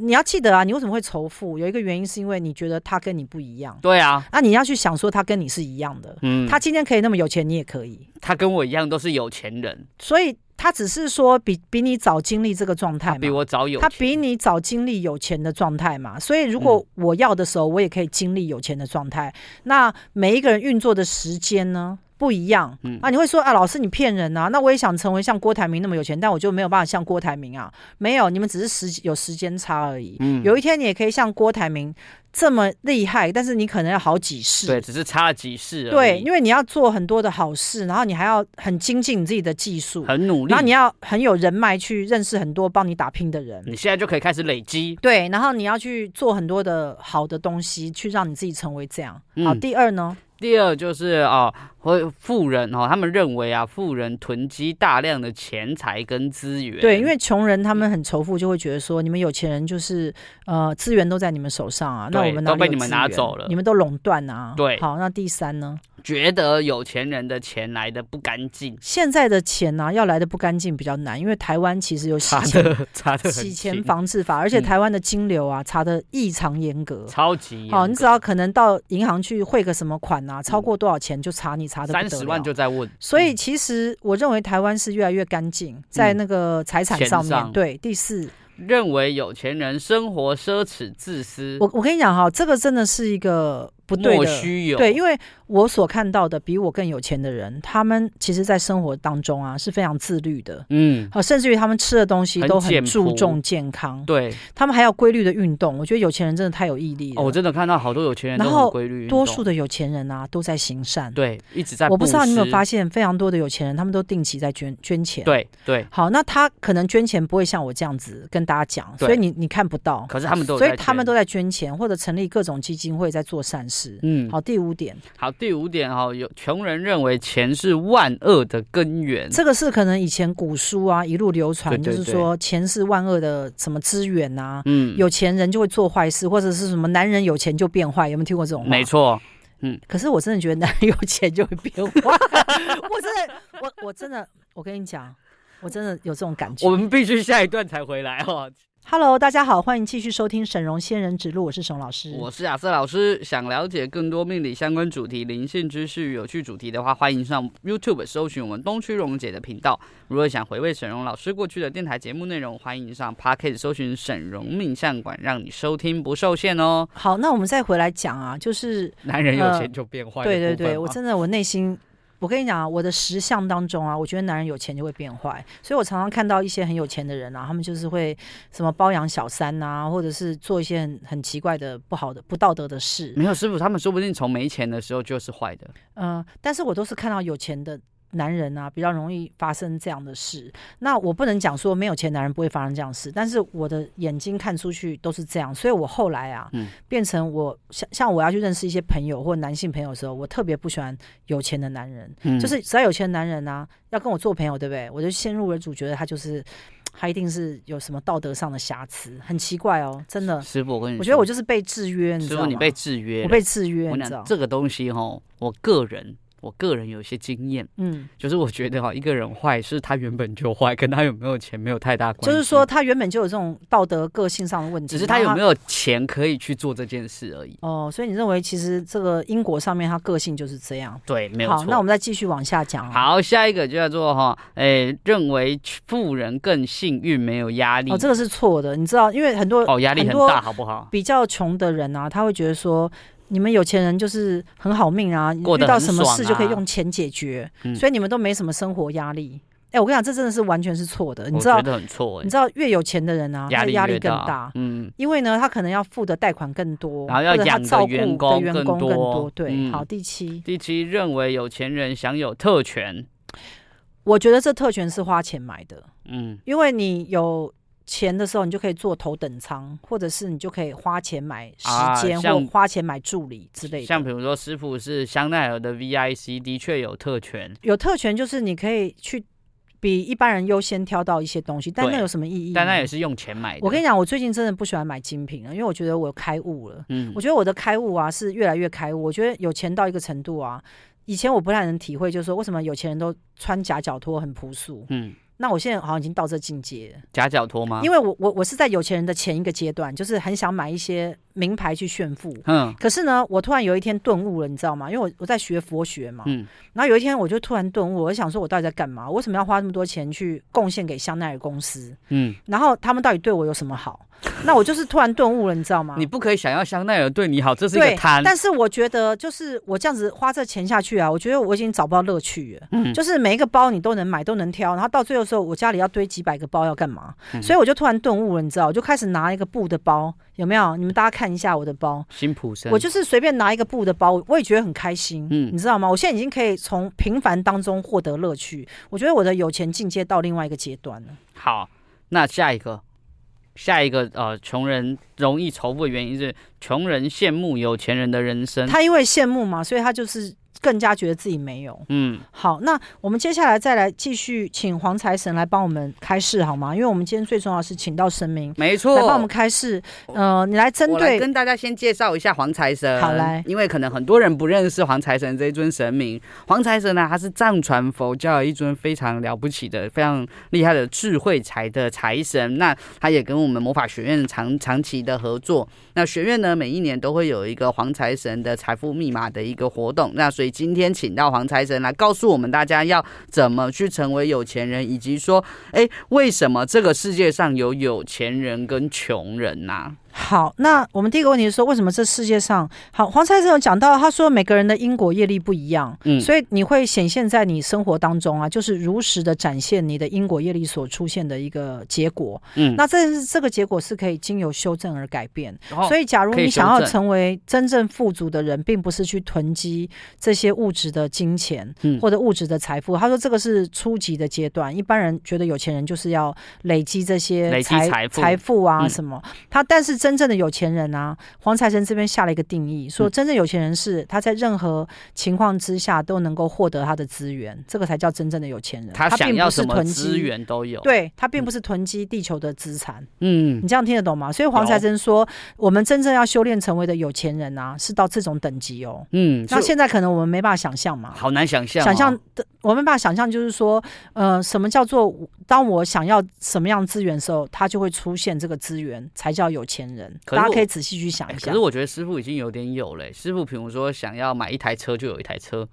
[SPEAKER 1] 你要记得啊，你为什么会仇富？有一个原因是因为你觉得他跟你不一样，
[SPEAKER 2] 对啊，
[SPEAKER 1] 那、你要去想说他跟你是一样的。
[SPEAKER 2] 嗯，
[SPEAKER 1] 他
[SPEAKER 2] 他
[SPEAKER 1] 今天可以那么有钱，你也可以，
[SPEAKER 2] 他跟我一样都是有钱人，
[SPEAKER 1] 所以他只是说比比你早经历这个状态
[SPEAKER 2] 他
[SPEAKER 1] 嘛，
[SPEAKER 2] 比我早有
[SPEAKER 1] 他
[SPEAKER 2] 钱，
[SPEAKER 1] 比你早经历有钱的状态嘛，所以如果
[SPEAKER 2] 嗯
[SPEAKER 1] 我要的时候，我也可以经历有钱的状态。那每一个人运作的时间呢不一样，
[SPEAKER 2] 嗯
[SPEAKER 1] 啊，你会说啊，老师你骗人啊，那我也想成为像郭台铭那么有钱，但我就没有办法像郭台铭啊，没有，你们只是时有时间差而已。
[SPEAKER 2] 嗯
[SPEAKER 1] 有一天你也可以像郭台铭这么厉害，但是你可能要好几世。
[SPEAKER 2] 对，只是差了几世而
[SPEAKER 1] 对，
[SPEAKER 2] 已
[SPEAKER 1] 因为你要做很多的好事，然后你还要很精进你自己的技术，
[SPEAKER 2] 很努力。
[SPEAKER 1] 然后你要很有人脉去认识很多帮你打拼的人。
[SPEAKER 2] 你现在就可以开始累积，
[SPEAKER 1] 对，然后你要去做很多的好的东西，去让你自己成为这样。好，
[SPEAKER 2] 嗯
[SPEAKER 1] 第二呢，
[SPEAKER 2] 第二就是啊，和富人哦，他们认为啊，富人囤积大量的钱财跟资源。
[SPEAKER 1] 对，因为穷人他们很仇富，就会觉得说你们有钱人就是呃资源都在你们手上啊，那
[SPEAKER 2] 对
[SPEAKER 1] 我们哪
[SPEAKER 2] 都
[SPEAKER 1] 里
[SPEAKER 2] 被
[SPEAKER 1] 有
[SPEAKER 2] 你们
[SPEAKER 1] 资
[SPEAKER 2] 拿
[SPEAKER 1] 源
[SPEAKER 2] 走了
[SPEAKER 1] 你们都垄断啊。
[SPEAKER 2] 对
[SPEAKER 1] 好，那第三呢，
[SPEAKER 2] 觉得有钱人的钱来的不干净，
[SPEAKER 1] 现在的钱呢、要来的不干净比较难，因为台湾其 实有洗
[SPEAKER 2] 差
[SPEAKER 1] 钱
[SPEAKER 2] 的差的很
[SPEAKER 1] 洗钱
[SPEAKER 2] 清
[SPEAKER 1] 防治法，而且
[SPEAKER 2] 嗯
[SPEAKER 1] 台湾的金流啊查的异常严格。
[SPEAKER 2] 超级
[SPEAKER 1] 哦，你只要可能到银行去汇个什么款啊，超过多少钱就查你查的
[SPEAKER 2] 嗯三十万就嗯在问，
[SPEAKER 1] 所以其实我认为台湾是越来越干净，在那个财产上
[SPEAKER 2] 嗯钱
[SPEAKER 1] 面。
[SPEAKER 2] 上
[SPEAKER 1] 对，第四，
[SPEAKER 2] 认为有钱人生活奢侈自私，
[SPEAKER 1] 我我跟你讲哈，这个真的是一个不对
[SPEAKER 2] 莫
[SPEAKER 1] 的。
[SPEAKER 2] 须有，
[SPEAKER 1] 对，因为我所看到的比我更有钱的人，他们其实在生活当中啊是非常自律的，
[SPEAKER 2] 嗯，
[SPEAKER 1] 好，甚至于他们吃的东西
[SPEAKER 2] 很
[SPEAKER 1] 都
[SPEAKER 2] 简
[SPEAKER 1] 很
[SPEAKER 2] 朴
[SPEAKER 1] 注重健康，
[SPEAKER 2] 对，
[SPEAKER 1] 他们还有规律的运动。我觉得有钱人真的太有毅力了。
[SPEAKER 2] 哦，我真的看到好多有钱人都
[SPEAKER 1] 然
[SPEAKER 2] 很
[SPEAKER 1] 后
[SPEAKER 2] 规律运动，
[SPEAKER 1] 多数的有钱人啊都在行善。
[SPEAKER 2] 对一直在，
[SPEAKER 1] 我不知道你有没有发
[SPEAKER 2] 现，
[SPEAKER 1] 现，非常多的有钱人他们都定期在捐捐钱。
[SPEAKER 2] 对对，
[SPEAKER 1] 好，那他可能捐钱不会像我这样子跟大家讲，
[SPEAKER 2] 对
[SPEAKER 1] 所以你你看不到，
[SPEAKER 2] 可是他们都有
[SPEAKER 1] 所以
[SPEAKER 2] 在
[SPEAKER 1] 他们
[SPEAKER 2] 捐
[SPEAKER 1] 都在捐钱或者成立各种基金会在做善事。
[SPEAKER 2] 嗯，
[SPEAKER 1] 好，第五点，
[SPEAKER 2] 好，第五点哈、哦，有穷人认为钱是万恶的根源，
[SPEAKER 1] 这个是可能以前古书啊一路流传，
[SPEAKER 2] 对对
[SPEAKER 1] 就是说钱是万恶的什么资源啊，
[SPEAKER 2] 嗯，
[SPEAKER 1] 有钱人就会做坏事，或者是什么男人有钱就变坏，有没有听过这种话？
[SPEAKER 2] 没。错，
[SPEAKER 1] 可是我真的觉得男人有钱就会变坏， 我真的，我我真的，我跟你讲，我真的有这种感觉。
[SPEAKER 2] 我们必须下一段才回来哦。
[SPEAKER 1] Hello，大家好，欢迎继续收听《沈荣仙人指路》，我是沈老师，
[SPEAKER 2] 我是亚瑟老师，想了解更多命理相关主题、灵性知识与有趣主题的话，欢迎上 YouTube 搜寻我们东区荣姐的频道。如果想回味沈荣老师过去的电台节目内容，欢迎上 p a c k e t 搜寻沈荣命相馆，让你收听不受限哦。
[SPEAKER 1] 好，那我们再回来讲啊，就是
[SPEAKER 2] 男人有
[SPEAKER 1] 呃
[SPEAKER 2] 钱就变坏、
[SPEAKER 1] 对对对，我真的我内心，我跟你讲啊，我的十项当中啊，我觉得男人有钱就会变坏，所以我常常看到一些很有钱的人啊，他们就是会什么包养小三啊，或者是做一些很很奇怪的、不好的、不道德的事。
[SPEAKER 2] 没有师傅，他们说不定从没钱的时候就是坏的。
[SPEAKER 1] 嗯、但是我都是看到有钱的。男人啊，比较容易发生这样的事。那我不能讲说没有钱男人不会发生这样的事，但是我的眼睛看出去都是这样，所以我后来啊，
[SPEAKER 2] 嗯
[SPEAKER 1] 变成我像像我要去认识一些朋友或男性朋友的时候，我特别不喜欢有钱的男人。
[SPEAKER 2] 嗯
[SPEAKER 1] 就是只要有钱的男人啊，要跟我做朋友，对不对？我就先入为主，觉得他就是他一定是有什么道德上的瑕疵，很奇怪哦，真的。
[SPEAKER 2] 师傅，我跟你说，
[SPEAKER 1] 我觉得我就是被制约，你知
[SPEAKER 2] 师
[SPEAKER 1] 道
[SPEAKER 2] 傅
[SPEAKER 1] 吗？
[SPEAKER 2] 你被制约了，
[SPEAKER 1] 我被制
[SPEAKER 2] 我
[SPEAKER 1] 约，你
[SPEAKER 2] 跟你
[SPEAKER 1] 知道
[SPEAKER 2] 讲？这个东西哈，我个人我个人有一些经验，
[SPEAKER 1] 嗯，
[SPEAKER 2] 就是我觉得哈，哦一个人坏是他原本就坏，跟他有没有钱没有太大关系。
[SPEAKER 1] 就是说，他原本就有这种道德个性上的问题，
[SPEAKER 2] 只是他有没
[SPEAKER 1] 有
[SPEAKER 2] 有钱可以去做这件事而已。
[SPEAKER 1] 哦？所以你认为其实这个因果上面他个性就是这样？
[SPEAKER 2] 对，没有
[SPEAKER 1] 好，
[SPEAKER 2] 错。
[SPEAKER 1] 那我们再继续往下讲、啊。
[SPEAKER 2] 好，下一个就叫做哈，诶、认为富人更幸运，没有压力。
[SPEAKER 1] 哦，这个是错的，你知道，因为很多
[SPEAKER 2] 哦，压力很
[SPEAKER 1] 很多
[SPEAKER 2] 大，好不好？
[SPEAKER 1] 比较穷的人啊，他会觉得说，你们有钱人就是很好命啊，你
[SPEAKER 2] 过得
[SPEAKER 1] 遇到什么
[SPEAKER 2] 很爽
[SPEAKER 1] 事就可以
[SPEAKER 2] 啊
[SPEAKER 1] 用钱解决，
[SPEAKER 2] 嗯
[SPEAKER 1] 所以你们都没什么生活压力。哎、我跟你讲，这真的是完全是错的。你
[SPEAKER 2] 我
[SPEAKER 1] 知道
[SPEAKER 2] 觉，得很错、
[SPEAKER 1] 你
[SPEAKER 2] 欸，
[SPEAKER 1] 知道越有钱的人啊，他
[SPEAKER 2] 压
[SPEAKER 1] 的
[SPEAKER 2] 力
[SPEAKER 1] 压力
[SPEAKER 2] 越
[SPEAKER 1] 更大，
[SPEAKER 2] 嗯，
[SPEAKER 1] 因为呢，他可能要付的贷款更多，
[SPEAKER 2] 然后要
[SPEAKER 1] 或者他
[SPEAKER 2] 养的
[SPEAKER 1] 照顾
[SPEAKER 2] 员
[SPEAKER 1] 的
[SPEAKER 2] 工
[SPEAKER 1] 员
[SPEAKER 2] 更
[SPEAKER 1] 工更
[SPEAKER 2] 多
[SPEAKER 1] 多。对，
[SPEAKER 2] 嗯
[SPEAKER 1] 好，第七，
[SPEAKER 2] 第七，认为有钱人享有特权。
[SPEAKER 1] 我觉得这特权是花钱买的，
[SPEAKER 2] 嗯，
[SPEAKER 1] 因为你有钱的时候，你就可以做头等舱，或者是你就可以花钱买
[SPEAKER 2] 啊
[SPEAKER 1] 时间、
[SPEAKER 2] 像
[SPEAKER 1] 或花钱买助理之类
[SPEAKER 2] 像
[SPEAKER 1] 的。
[SPEAKER 2] 比如说，师傅是香奈儿的 VIC，的确有特权，
[SPEAKER 1] 有特权就是你可以去比一般人优先挑到一些东西，但
[SPEAKER 2] 对
[SPEAKER 1] 那有什么意义？
[SPEAKER 2] 但那也是用钱买的。
[SPEAKER 1] 我跟你讲，我最近真的不喜欢买精品了，因为我觉得我开悟了。
[SPEAKER 2] 嗯
[SPEAKER 1] 我，觉得我的开悟啊是越来越开悟。我觉得有钱到一个程度啊，以前我不太能体会，就是说为什么有钱人都穿夹脚拖很朴素。
[SPEAKER 2] 嗯，
[SPEAKER 1] 那我现在好像已经到这境界了，
[SPEAKER 2] 夹脚拖吗？
[SPEAKER 1] 因
[SPEAKER 2] 为
[SPEAKER 1] 为我我我是在有钱人的前一个阶段，就是很想买一些名牌去炫富。
[SPEAKER 2] 嗯
[SPEAKER 1] 可是呢，我突然有一天顿悟了，你知道吗？因为我我在学佛学嘛，
[SPEAKER 2] 嗯
[SPEAKER 1] 然后有一天我就突然顿悟，我就想说我到底在干嘛？我为什么要花那么多钱去贡献给香奈儿公司？
[SPEAKER 2] 嗯，
[SPEAKER 1] 然后他们到底对我有什么好？那我就是突然顿悟了，你知道吗？
[SPEAKER 2] 你不可以想要香奈儿对你好，这是一
[SPEAKER 1] 对
[SPEAKER 2] 个贪。
[SPEAKER 1] 但是我觉得，就是我这样子花这钱下去啊，我觉得我已经找不到乐趣了。
[SPEAKER 2] 嗯
[SPEAKER 1] 就是每一个包你都能买，都能挑，然后到最后的时候，我家里要堆几百个包要干嘛？
[SPEAKER 2] 嗯
[SPEAKER 1] 所以我就突然顿悟了，你知道，我就开始拿一个布的包，有没有？你们大家看一下我的包，
[SPEAKER 2] 辛普森，
[SPEAKER 1] 我就是随便拿一个布的包，我也觉得很开心，
[SPEAKER 2] 嗯
[SPEAKER 1] 你知道吗？我现在已经可以从平凡当中获得乐趣，我觉得我的有钱境界到另外一个阶段了。
[SPEAKER 2] 好，那下一个，下一个呃，穷人容易仇富的原因是穷人羡慕有钱人的人生。
[SPEAKER 1] 他因为羡慕嘛，所以他就是更加觉得自己没有。
[SPEAKER 2] 嗯，
[SPEAKER 1] 好，那我们接下来再来继续请黄财神来帮我们开示好吗？因为我们今天最重要的是请到神明
[SPEAKER 2] 没错。
[SPEAKER 1] 来帮我们开示。呃，你来针
[SPEAKER 2] 我来
[SPEAKER 1] 对
[SPEAKER 2] 跟大家先介绍一下黄财神。
[SPEAKER 1] 好来
[SPEAKER 2] 因为可能很多人不认识黄财神这一尊神明。黄财神呢，他是藏传佛教的一尊非常了不起的、非常厉害的智慧财的财神。那他也跟我们魔法学院长长期的合作。那学院呢，每一年都会有一个黄财神的财富密码的一个活动。那所以今天请到黄财神来告诉我们大家要怎么去成为有钱人，以及说，哎，为什么这个世界上有有钱人跟穷人呐、
[SPEAKER 1] 好，那我们第一个问题是说，为什么这世界上好？黄财神有讲到，他说每个人的因果业力不一样，
[SPEAKER 2] 嗯
[SPEAKER 1] 所以你会显现在你生活当中啊，就是如实的展现你的因果业力所出现的一个结果。
[SPEAKER 2] 嗯
[SPEAKER 1] 那这是这个结果是可以经由修正而改变。
[SPEAKER 2] 然后
[SPEAKER 1] 所以，假如
[SPEAKER 2] 哦可以
[SPEAKER 1] 你
[SPEAKER 2] 修
[SPEAKER 1] 想要
[SPEAKER 2] 正
[SPEAKER 1] 成为真正富足的人，并不是去囤积这些物质的金钱、
[SPEAKER 2] 嗯
[SPEAKER 1] 或者物质的财富。他说这个是初级的阶段，一般人觉得有钱人就是要累积这些
[SPEAKER 2] 累积
[SPEAKER 1] 财
[SPEAKER 2] 财富
[SPEAKER 1] 富啊
[SPEAKER 2] 嗯
[SPEAKER 1] 什么。他但是真正的有钱人啊，黄财神这边下了一个定义，说
[SPEAKER 2] 嗯
[SPEAKER 1] 真正有钱人是他在任何情况之下都能够获得他的资源，这个才叫真正的有钱人。
[SPEAKER 2] 他想
[SPEAKER 1] 并
[SPEAKER 2] 要
[SPEAKER 1] 不是
[SPEAKER 2] 什么
[SPEAKER 1] 囤
[SPEAKER 2] 资
[SPEAKER 1] 积。
[SPEAKER 2] 源都有。，
[SPEAKER 1] 对他并
[SPEAKER 2] 嗯
[SPEAKER 1] 不是囤积地球的资产，
[SPEAKER 2] 嗯
[SPEAKER 1] 你这样听得懂吗？所以黄
[SPEAKER 2] 有
[SPEAKER 1] 财神说，我们真正要修炼成为的有钱人啊，是到这种等级哦。
[SPEAKER 2] 嗯，
[SPEAKER 1] 那
[SPEAKER 2] 是
[SPEAKER 1] 现在可能我们没办法想象嘛，
[SPEAKER 2] 好难想象哦，
[SPEAKER 1] 想象的我们没办法想象，就是说，呃，什么叫做当我想要什么样资源的时候，它就会出现这个资源，才叫有钱人。
[SPEAKER 2] 可是
[SPEAKER 1] 大家
[SPEAKER 2] 我
[SPEAKER 1] 可以仔细去想
[SPEAKER 2] 哎。
[SPEAKER 1] 一
[SPEAKER 2] 可
[SPEAKER 1] 下
[SPEAKER 2] 是，我觉得师傅已经有点有了欸，师傅比如说想要买一台车就有一台车，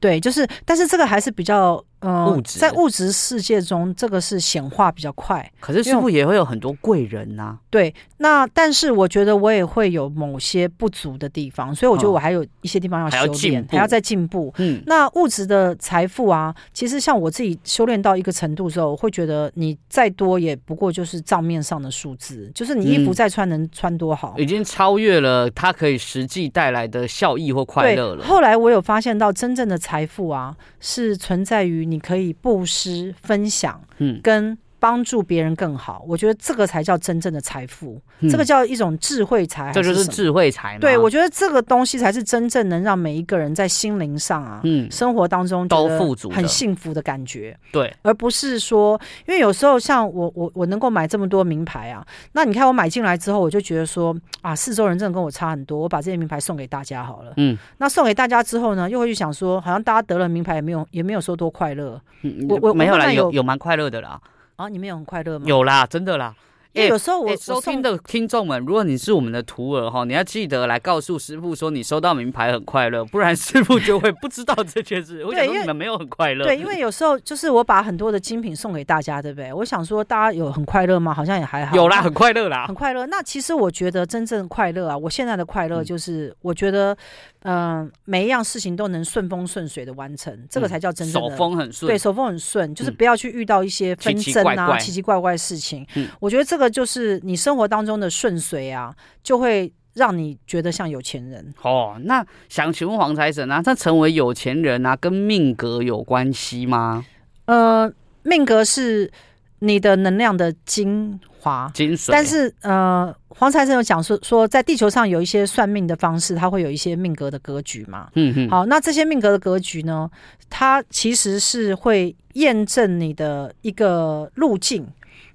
[SPEAKER 1] 对，就是，但是这个还是比较，呃，
[SPEAKER 2] 物质
[SPEAKER 1] 在物质世界中，这个是显化比较快。
[SPEAKER 2] 可是
[SPEAKER 1] 因
[SPEAKER 2] 师
[SPEAKER 1] 为
[SPEAKER 2] 傅也会有很多贵人呐。
[SPEAKER 1] 对，那但是我觉得我也会有某些不足的地方，所以我觉得
[SPEAKER 2] 嗯
[SPEAKER 1] 我还有一些地方要
[SPEAKER 2] 还要
[SPEAKER 1] 修炼
[SPEAKER 2] 进，步
[SPEAKER 1] 还要再进步。
[SPEAKER 2] 嗯，
[SPEAKER 1] 那物质的财富啊，其实像我自己修炼到一个程度之后，我会觉得你再多也不过就是账面上的数字，就是你衣服
[SPEAKER 2] 嗯
[SPEAKER 1] 再穿能穿多好。
[SPEAKER 2] 已经超越了它可以实际带来的效益或快
[SPEAKER 1] 对
[SPEAKER 2] 乐，了。
[SPEAKER 1] 后来我有发现到，真正的财富啊，是存在于你可以布施、分享
[SPEAKER 2] 嗯，
[SPEAKER 1] 跟帮助别人更好。我觉得这个才叫真正的财富，
[SPEAKER 2] 嗯
[SPEAKER 1] 这个叫一种智慧财还
[SPEAKER 2] 这就是是
[SPEAKER 1] 什么。
[SPEAKER 2] 智慧财嘛。
[SPEAKER 1] 对，我觉得这个东西才是真正能让每一个人在心灵上啊，
[SPEAKER 2] 嗯
[SPEAKER 1] 生活当中觉
[SPEAKER 2] 都
[SPEAKER 1] 得
[SPEAKER 2] 富足的
[SPEAKER 1] 很幸福的感觉。
[SPEAKER 2] 对，
[SPEAKER 1] 而不是说，因为有时候像我我我能够买这么多名牌啊，那你看我买进来之后，我就觉得说啊，四周人真的跟我差很多，我把这些名牌送给大家好了。
[SPEAKER 2] 嗯，
[SPEAKER 1] 那送给大家之后呢，又会去想说，好像大家得了名牌也没有也没有说多快乐
[SPEAKER 2] 嗯
[SPEAKER 1] 我我
[SPEAKER 2] 没有
[SPEAKER 1] 我慢
[SPEAKER 2] 啦，
[SPEAKER 1] 慢
[SPEAKER 2] 有
[SPEAKER 1] 有
[SPEAKER 2] 有蛮快乐的啦，
[SPEAKER 1] 啊，你们有很快乐吗？，
[SPEAKER 2] 有啦，真的啦。
[SPEAKER 1] 因为有时候我、
[SPEAKER 2] 哎
[SPEAKER 1] 我
[SPEAKER 2] 收听
[SPEAKER 1] 送
[SPEAKER 2] 的听众们，如果你是我们的徒儿哈，你要记得来告诉师傅说你收到名牌很快乐，不然师傅就会不知道这 件事。我想
[SPEAKER 1] 因
[SPEAKER 2] 说
[SPEAKER 1] 为
[SPEAKER 2] 你们没有很快乐，
[SPEAKER 1] 对，因为有时候就是我把很多的精品送给大家，对不对？我想说大家有很快乐吗？好像也还好。
[SPEAKER 2] 有啦，
[SPEAKER 1] 那
[SPEAKER 2] 很快乐啦
[SPEAKER 1] 很。快乐。那其实我觉得真正快乐啊，我现在的快乐
[SPEAKER 2] 嗯
[SPEAKER 1] 就是，我觉得，嗯、每一样事情都能顺风顺水的完成，这个
[SPEAKER 2] 嗯
[SPEAKER 1] 才叫真正
[SPEAKER 2] 手
[SPEAKER 1] 的。
[SPEAKER 2] 风很顺
[SPEAKER 1] 对，，手风很顺，就是
[SPEAKER 2] 嗯
[SPEAKER 1] 不要去遇到一些纷
[SPEAKER 2] 奇奇
[SPEAKER 1] 争啊、
[SPEAKER 2] 怪怪
[SPEAKER 1] 奇奇怪怪的事情。
[SPEAKER 2] 嗯
[SPEAKER 1] 我觉得这个就是你生活当中的顺遂啊，就会让你觉得像有钱人。
[SPEAKER 2] 哦，那想请问黄财神啊，那成为有钱人啊，跟命格有关系吗？
[SPEAKER 1] 呃，命格是你的能量的精华。
[SPEAKER 2] 精髓。
[SPEAKER 1] 但是呃，黄财神有讲说说，在地球上有一些算命的方式，它会有一些命格的格局嘛。
[SPEAKER 2] 嗯嗯，
[SPEAKER 1] 好，那这些命格的格局呢，它其实是会验证你的一个路径，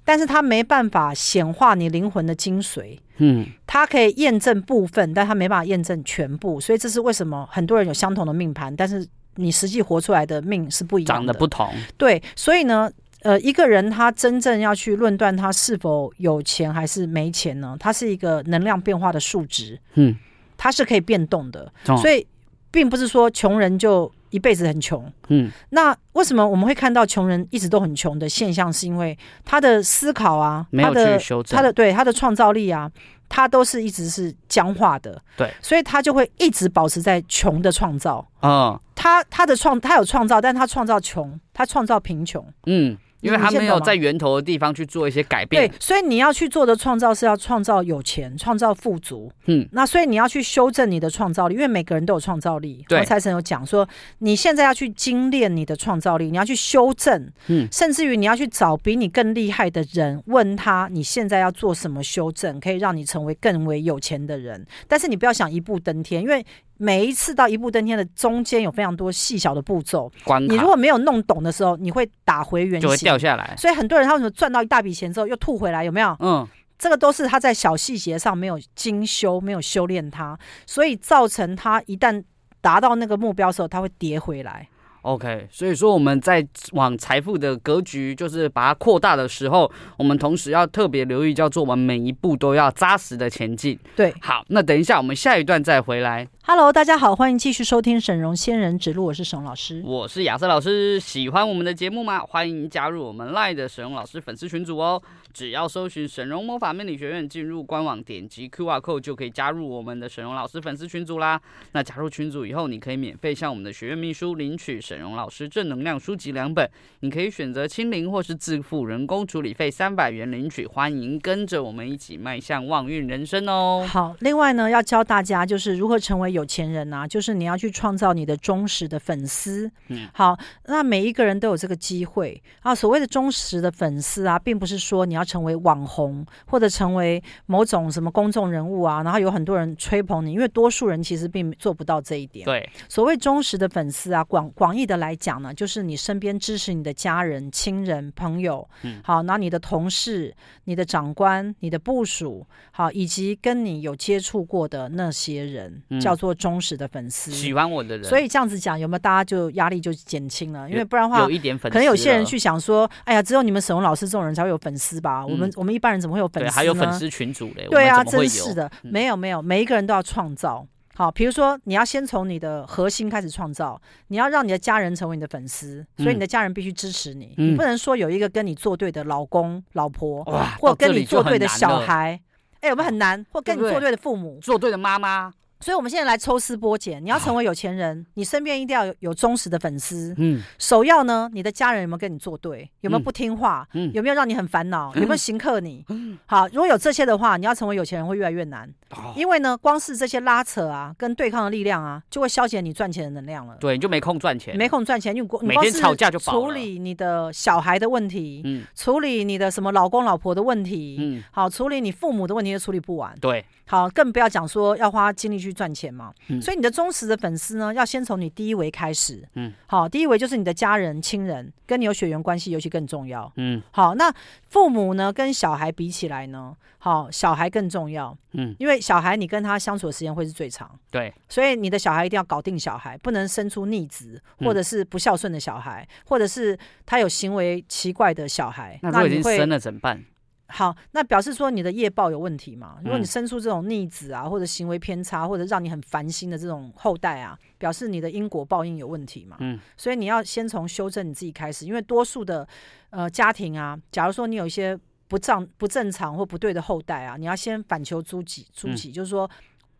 [SPEAKER 1] 但是它没办法显化你灵魂的精髓。
[SPEAKER 2] 嗯，
[SPEAKER 1] 它可以验证部分，但它没办法验证全部，所以这是为什么很多人有相同的命盘，但是你实际活出来的命是不一样
[SPEAKER 2] 长
[SPEAKER 1] 的。
[SPEAKER 2] 得不同，
[SPEAKER 1] 对，所以呢，呃，一个人他真正要去论断他是否有钱还是没钱呢，它是一个能量变化的数值，
[SPEAKER 2] 嗯，
[SPEAKER 1] 它是可以变动的。
[SPEAKER 2] 懂
[SPEAKER 1] 所以并不是说穷人就一辈子很穷。
[SPEAKER 2] 嗯，
[SPEAKER 1] 那为什么我们会看到穷人一直都很穷的现象？是因为他的思考啊，
[SPEAKER 2] 没
[SPEAKER 1] 他
[SPEAKER 2] 有去
[SPEAKER 1] 的
[SPEAKER 2] 修正
[SPEAKER 1] 他的对他的创造力啊，他都是一直是僵化的。
[SPEAKER 2] 对，
[SPEAKER 1] 所以他就会一直保持在穷的创造。
[SPEAKER 2] 哦，
[SPEAKER 1] 他他的创他有创造，但他创造穷，他创造贫穷。
[SPEAKER 2] 嗯，因为
[SPEAKER 1] 你
[SPEAKER 2] 他
[SPEAKER 1] 先
[SPEAKER 2] 没有
[SPEAKER 1] 懂吗
[SPEAKER 2] 在源头的地方去做一些改变
[SPEAKER 1] 对，，所以你要去做的创造是要创造有钱，创造富足。
[SPEAKER 2] 嗯，
[SPEAKER 1] 那所以你要去修正你的创造力，因为每个人都有创造力。
[SPEAKER 2] 对
[SPEAKER 1] 黄财神有讲说，你现在要去精炼你的创造力，你要去修正，
[SPEAKER 2] 嗯
[SPEAKER 1] 甚至于你要去找比你更厉害的人，问他你现在要做什么修正，可以让你成为更为有钱的人。但是你不要想一步登天，因为每一次到一步登天的中间有非常多细小的步骤，
[SPEAKER 2] 关
[SPEAKER 1] 你
[SPEAKER 2] 卡
[SPEAKER 1] 如果没有弄懂的时候，你会打回原
[SPEAKER 2] 嗯就会
[SPEAKER 1] 形
[SPEAKER 2] 掉。下来。
[SPEAKER 1] 所以很多人他为什么赚到一大笔钱之后又吐回来，有没有？
[SPEAKER 2] 嗯，
[SPEAKER 1] 这个都是他在小细节上没有精修、没有修炼他，所以造成他一旦达到那个目标的时候，他会跌回来。
[SPEAKER 2] OK，所以说我们在往财富的格局，就是把它扩大的时候，我们同时要特别留意，叫做我们每一步都要扎实的前进。
[SPEAKER 1] 对
[SPEAKER 2] 好，那等一下我们下一段再回来。
[SPEAKER 1] ，Hello，大家好，欢迎继续收听沈荣仙人指路，我是沈老师。
[SPEAKER 2] 我是亚瑟老师，喜欢我们的节目吗？欢迎加入我们赖的沈荣老师粉丝群组哦。只要搜寻沈荣魔法命理学院，进入官网点击 Q R code 就可以加入我们的沈荣老师粉丝群组啦。那加入群组以后，你可以免费向我们的学院秘书领取沈荣老师正能量书籍两本，你可以选择清零或是自付人工处理费三百元领取。欢迎跟着我们一起迈向旺运人生哦。
[SPEAKER 1] 好，另外呢，要教大家就是如何成为有钱人啊，就是你要去创造你的忠实的粉丝。
[SPEAKER 2] 嗯，
[SPEAKER 1] 好，那每一个人都有这个机会啊。所谓的忠实的粉丝啊，并不是说你要成为网红或者成为某种什么公众人物啊，然后有很多人吹捧你，因为多数人其实并做不到这一点。
[SPEAKER 2] 对，
[SPEAKER 1] 所谓忠实的粉丝啊，广广义的来讲呢，就是你身边支持你的家人、亲人、朋友，
[SPEAKER 2] 嗯
[SPEAKER 1] 好，那你的同事、你的长官、你的部属，好，以及跟你有接触过的那些人，
[SPEAKER 2] 嗯
[SPEAKER 1] 叫做忠实的粉丝。
[SPEAKER 2] 喜欢我的人，
[SPEAKER 1] 所以这样子讲，有没有大家就压力就减轻了？因为不然的话
[SPEAKER 2] 有，一啊点粉丝了，
[SPEAKER 1] 可能有些人去想说，哎呀，只有你们沈荣老师这种人才会有粉丝吧？我们
[SPEAKER 2] 嗯
[SPEAKER 1] 我们一般人怎么会有粉丝
[SPEAKER 2] 对，
[SPEAKER 1] 呢？
[SPEAKER 2] 还有粉丝群组嘞，
[SPEAKER 1] 对啊，
[SPEAKER 2] 我们怎么会
[SPEAKER 1] 真
[SPEAKER 2] 有
[SPEAKER 1] 是的，
[SPEAKER 2] 嗯
[SPEAKER 1] 没有没有，每一个人都要创造。好，比如说你要先从你的核心开始创造，你要让你的家人成为你的粉丝，所以你的家人必须支持你，
[SPEAKER 2] 嗯
[SPEAKER 1] 你不能说有一个跟你作对的老公、老婆，
[SPEAKER 2] 哇，
[SPEAKER 1] 或
[SPEAKER 2] 到这
[SPEAKER 1] 跟
[SPEAKER 2] 里
[SPEAKER 1] 你
[SPEAKER 2] 就
[SPEAKER 1] 作对
[SPEAKER 2] 很
[SPEAKER 1] 的
[SPEAKER 2] 难
[SPEAKER 1] 小
[SPEAKER 2] 了，
[SPEAKER 1] 孩。哎，我们很难，或跟你
[SPEAKER 2] 对不对
[SPEAKER 1] 作对的父母，
[SPEAKER 2] 作对的妈妈，
[SPEAKER 1] 所以我们现在来抽丝剥茧。
[SPEAKER 2] 啊
[SPEAKER 1] 你要成为有钱人，你身边一定要有有忠实的粉丝。
[SPEAKER 2] 嗯，
[SPEAKER 1] 首要呢，你的家人有没有跟你作对？有没有
[SPEAKER 2] 嗯
[SPEAKER 1] 不听话？
[SPEAKER 2] 嗯
[SPEAKER 1] 有没有让你很烦恼？有没有行克你？好，如果有这些的话，你要成为有钱人会越来越难，
[SPEAKER 2] 哦
[SPEAKER 1] 因为呢，光是这些拉扯啊，跟对抗的力量啊，就会消减你赚钱的能量了。
[SPEAKER 2] 对，你就没空赚钱，
[SPEAKER 1] 你没，空赚钱，因为光你
[SPEAKER 2] 每
[SPEAKER 1] 光
[SPEAKER 2] 天
[SPEAKER 1] 是
[SPEAKER 2] 吵架就饱
[SPEAKER 1] 处
[SPEAKER 2] 了
[SPEAKER 1] 理你的小孩的问题，
[SPEAKER 2] 嗯
[SPEAKER 1] 处理你的什么老公老婆的问题，
[SPEAKER 2] 嗯，
[SPEAKER 1] 好，处理你父母的问题都处理不完。
[SPEAKER 2] 对，
[SPEAKER 1] 好，更不要讲说要花精力去赚钱嘛。
[SPEAKER 2] 嗯
[SPEAKER 1] 所以你的忠实的粉丝呢，要先从你第一维开始。
[SPEAKER 2] 嗯，
[SPEAKER 1] 好，第一维就是你的家人、亲人，跟你有血缘关系，尤其更重要。
[SPEAKER 2] 嗯
[SPEAKER 1] 好，那父母呢，跟小孩比起来呢，好，小孩更重要，
[SPEAKER 2] 嗯，
[SPEAKER 1] 因为小孩你跟他相处的时间会是最长，
[SPEAKER 2] 对，
[SPEAKER 1] 所以你的小孩一定要搞定小孩，不能生出逆子，
[SPEAKER 2] 嗯
[SPEAKER 1] 或者是不孝顺的小孩，或者是他有行为奇怪的小孩，
[SPEAKER 2] 那如果已
[SPEAKER 1] 你
[SPEAKER 2] 经
[SPEAKER 1] 会
[SPEAKER 2] 生了怎么办？
[SPEAKER 1] 好，那表示说你的业报有问题嘛？如果你
[SPEAKER 2] 嗯
[SPEAKER 1] 生出这种逆子啊，或者行为偏差，或者让你很烦心的这种后代啊，表示你的因果报应有问题嘛？
[SPEAKER 2] 嗯，
[SPEAKER 1] 所以你要先从修正你自己开始，因为多数的呃家庭啊，假如说你有一些不正不正常或不对的后代啊，你要先反求诸己，诸
[SPEAKER 2] 嗯
[SPEAKER 1] 己、就是说，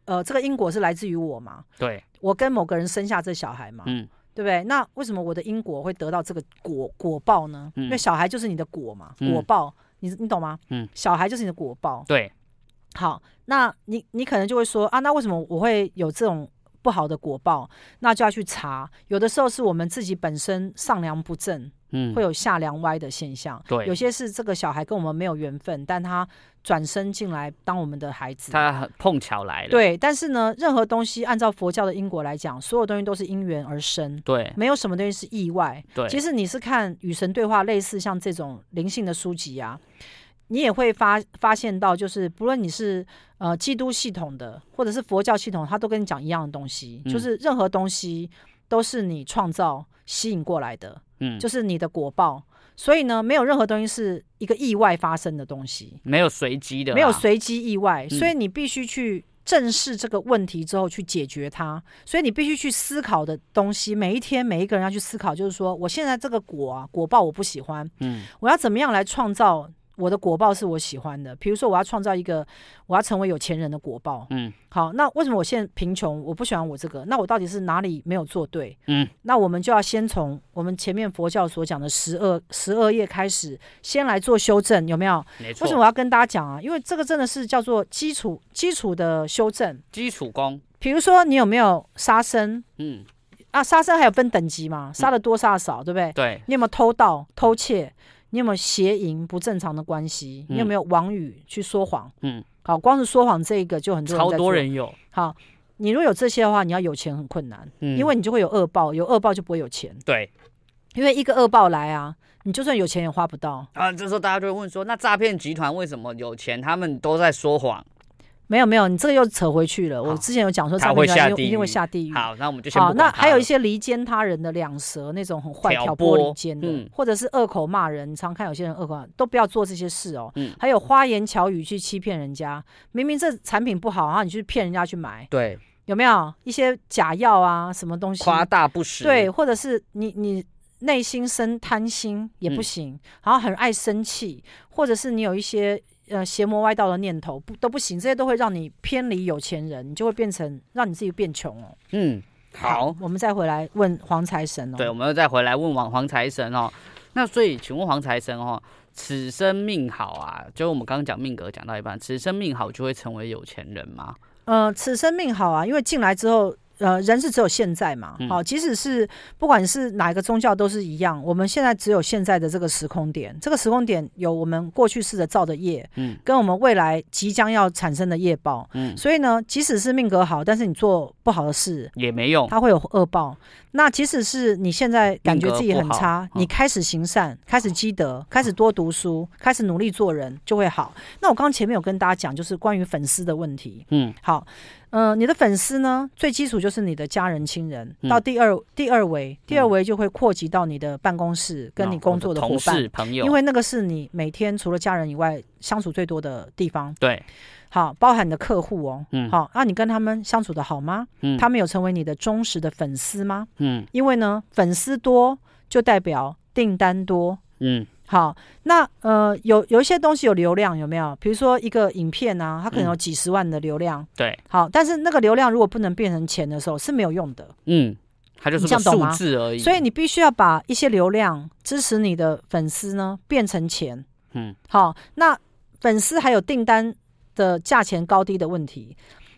[SPEAKER 1] 呃，这个因果是来自于我嘛？
[SPEAKER 2] 对，
[SPEAKER 1] 我跟某个人生下这小孩嘛，
[SPEAKER 2] 嗯
[SPEAKER 1] 对不对？那为什么我的因果会得到这个果果报呢？
[SPEAKER 2] 嗯
[SPEAKER 1] 因为小孩就是你的果嘛，
[SPEAKER 2] 嗯
[SPEAKER 1] 果报，你你懂吗？
[SPEAKER 2] 嗯，
[SPEAKER 1] 小孩就是你的果报。
[SPEAKER 2] 对，
[SPEAKER 1] 好，那你你可能就会说啊，那为什么我会有这种？不好的果报，那就要去查。有的时候是我们自己本身上梁不正，
[SPEAKER 2] 嗯，
[SPEAKER 1] 会有下梁歪的现象。
[SPEAKER 2] 对
[SPEAKER 1] 有些是这个小孩跟我们没有缘分，但他转身进来当我们的孩子。
[SPEAKER 2] 他很碰巧来了，
[SPEAKER 1] 对，但是呢，任何东西按照佛教的因果来讲，所有东西都是因缘而生，
[SPEAKER 2] 对
[SPEAKER 1] 没有什么东西是意外。
[SPEAKER 2] 对，
[SPEAKER 1] 即使你是看与神对话，类似像这种灵性的书籍啊，你也会发发现到，就是不论你是呃基督系统的，或者是佛教系统，它都跟你讲一样的东西，
[SPEAKER 2] 嗯
[SPEAKER 1] 就是任何东西都是你创造吸引过来的，
[SPEAKER 2] 嗯，
[SPEAKER 1] 就是你的果报。所以呢，没有任何东西是一个意外发生的东西，
[SPEAKER 2] 没有随机的啦，啊
[SPEAKER 1] 没有随机意外，
[SPEAKER 2] 嗯
[SPEAKER 1] 所以你必须去正视这个问题之后去解决它。所以你必须去思考的东西，每一天每一个人要去思考，就是说我现在这个果啊果报我不喜欢，
[SPEAKER 2] 嗯，
[SPEAKER 1] 我要怎么样来创造我的果报是我喜欢的？比如说我要创造一个我要成为有钱人的果报，
[SPEAKER 2] 嗯，
[SPEAKER 1] 好，那为什么我现在贫穷，我不喜欢我这个？那我到底是哪里没有做对？
[SPEAKER 2] 嗯，
[SPEAKER 1] 那我们就要先从我们前面佛教所讲的十二十二业开始，先来做修正，有没有？
[SPEAKER 2] 没错，
[SPEAKER 1] 为什么我要跟大家讲啊？因为这个真的是叫做基础基础的修正。
[SPEAKER 2] 基础功？
[SPEAKER 1] 比如说，你有没有杀生
[SPEAKER 2] 嗯，
[SPEAKER 1] 啊？杀生还有分等级嘛，杀的多杀的少，对不对？
[SPEAKER 2] 对，
[SPEAKER 1] 你有没有偷盗、偷窃？你有没有邪淫、不正常的关系？你有
[SPEAKER 2] 嗯
[SPEAKER 1] 没有妄语去说谎？
[SPEAKER 2] 嗯，
[SPEAKER 1] 好，光是说谎这一个就很多人
[SPEAKER 2] 超
[SPEAKER 1] 在
[SPEAKER 2] 多
[SPEAKER 1] 做。
[SPEAKER 2] 人有，
[SPEAKER 1] 好，你如果有这些的话，你要有钱很困难，
[SPEAKER 2] 嗯，
[SPEAKER 1] 因为你就会有恶报，有恶报就不会有钱，
[SPEAKER 2] 对
[SPEAKER 1] 因为一个恶报来啊，你就算有钱也花不到。
[SPEAKER 2] 啊，这时候大家就会问说，那诈骗集团为什么有钱？他们都在说谎。
[SPEAKER 1] 没有没有，你这个又扯回去了。我
[SPEAKER 2] 好
[SPEAKER 1] 之前有讲说，
[SPEAKER 2] 他
[SPEAKER 1] 诈
[SPEAKER 2] 会
[SPEAKER 1] 骗集团一
[SPEAKER 2] 下
[SPEAKER 1] 定
[SPEAKER 2] 地
[SPEAKER 1] 一定会
[SPEAKER 2] 狱
[SPEAKER 1] 下地狱。
[SPEAKER 2] 好，那我们就先不
[SPEAKER 1] 好，那
[SPEAKER 2] 管它
[SPEAKER 1] 还有
[SPEAKER 2] 了
[SPEAKER 1] 一些离间他人的两舌那种很坏
[SPEAKER 2] 挑
[SPEAKER 1] 挑拨
[SPEAKER 2] 拨
[SPEAKER 1] 离间的，
[SPEAKER 2] 嗯
[SPEAKER 1] 或者是恶口骂人，常看有些人恶口骂都不要做这些事哦。
[SPEAKER 2] 嗯
[SPEAKER 1] 还有花言巧语去欺骗人家，明明这产品不好，然后你去骗人家去买，
[SPEAKER 2] 对
[SPEAKER 1] 有没有一些假药啊，什么东西？
[SPEAKER 2] 夸大不实，
[SPEAKER 1] 对，或者是你你内心生贪心也不行，然后很爱生气，或者是你有一些呃邪魔歪道的念头不都不行，这些都会让你偏离有钱人，你就会变成让你自己变穷哦。
[SPEAKER 2] 嗯，好，，
[SPEAKER 1] 我们再回来问黄财神哦。
[SPEAKER 2] 对，我们又再回来问王黄财神哦。那所以，请问黄财神哦，此生命好啊，就我们刚刚讲命格讲到一半，此生命好就会成为有钱人吗？
[SPEAKER 1] 呃，此生命好啊，因为进来之后。呃，人是只有现在嘛，
[SPEAKER 2] 嗯
[SPEAKER 1] 好、即使是不管是哪一个宗教都是一样，我们现在只有现在的这个时空点，这个时空点有我们过去式的造的业，
[SPEAKER 2] 嗯
[SPEAKER 1] 跟我们未来即将要产生的业报，
[SPEAKER 2] 嗯，
[SPEAKER 1] 所以呢，即使是命格好，但是你做不好的事，
[SPEAKER 2] 也没用。
[SPEAKER 1] 它会有恶报。那即使是你现在感觉自己很
[SPEAKER 2] 命格
[SPEAKER 1] 差
[SPEAKER 2] 不，好哦
[SPEAKER 1] 你开始行善，开始积德，开始多读书，开始努力做人，就会好。那我刚刚前面有跟大家讲，就是关于粉丝的问题。
[SPEAKER 2] 嗯
[SPEAKER 1] 好，呃，你的粉丝呢，最基础就是你的家人、亲人。
[SPEAKER 2] 嗯
[SPEAKER 1] 到第二第二维，第二维就会扩及到你的办公室跟
[SPEAKER 2] 那
[SPEAKER 1] 你
[SPEAKER 2] 哦我
[SPEAKER 1] 工作的伙
[SPEAKER 2] 同
[SPEAKER 1] 伴
[SPEAKER 2] 事，朋友，
[SPEAKER 1] 因为那个是你每天除了家人以外相处最多的地方。
[SPEAKER 2] 对，
[SPEAKER 1] 好，包含你的客户哦，
[SPEAKER 2] 嗯
[SPEAKER 1] 好，那、你跟他们相处的好吗？
[SPEAKER 2] 嗯
[SPEAKER 1] 他们有成为你的忠实的粉丝吗？
[SPEAKER 2] 嗯
[SPEAKER 1] 因为呢，粉丝多就代表订单多。
[SPEAKER 2] 嗯
[SPEAKER 1] 好，那呃，有有一些东西有流量，有没有？比如说一个影片啊，它可能有几十万的流量。
[SPEAKER 2] 嗯对，
[SPEAKER 1] 好，但是那个流量如果不能变成钱的时候是没有用的，
[SPEAKER 2] 嗯，它就是
[SPEAKER 1] 你这样
[SPEAKER 2] 个
[SPEAKER 1] 懂
[SPEAKER 2] 数
[SPEAKER 1] 吗
[SPEAKER 2] 字而已。
[SPEAKER 1] 所以你必须要把一些流量支持你的粉丝呢变成钱。
[SPEAKER 2] 嗯，
[SPEAKER 1] 好，那粉丝还有订单的价钱高低的问题，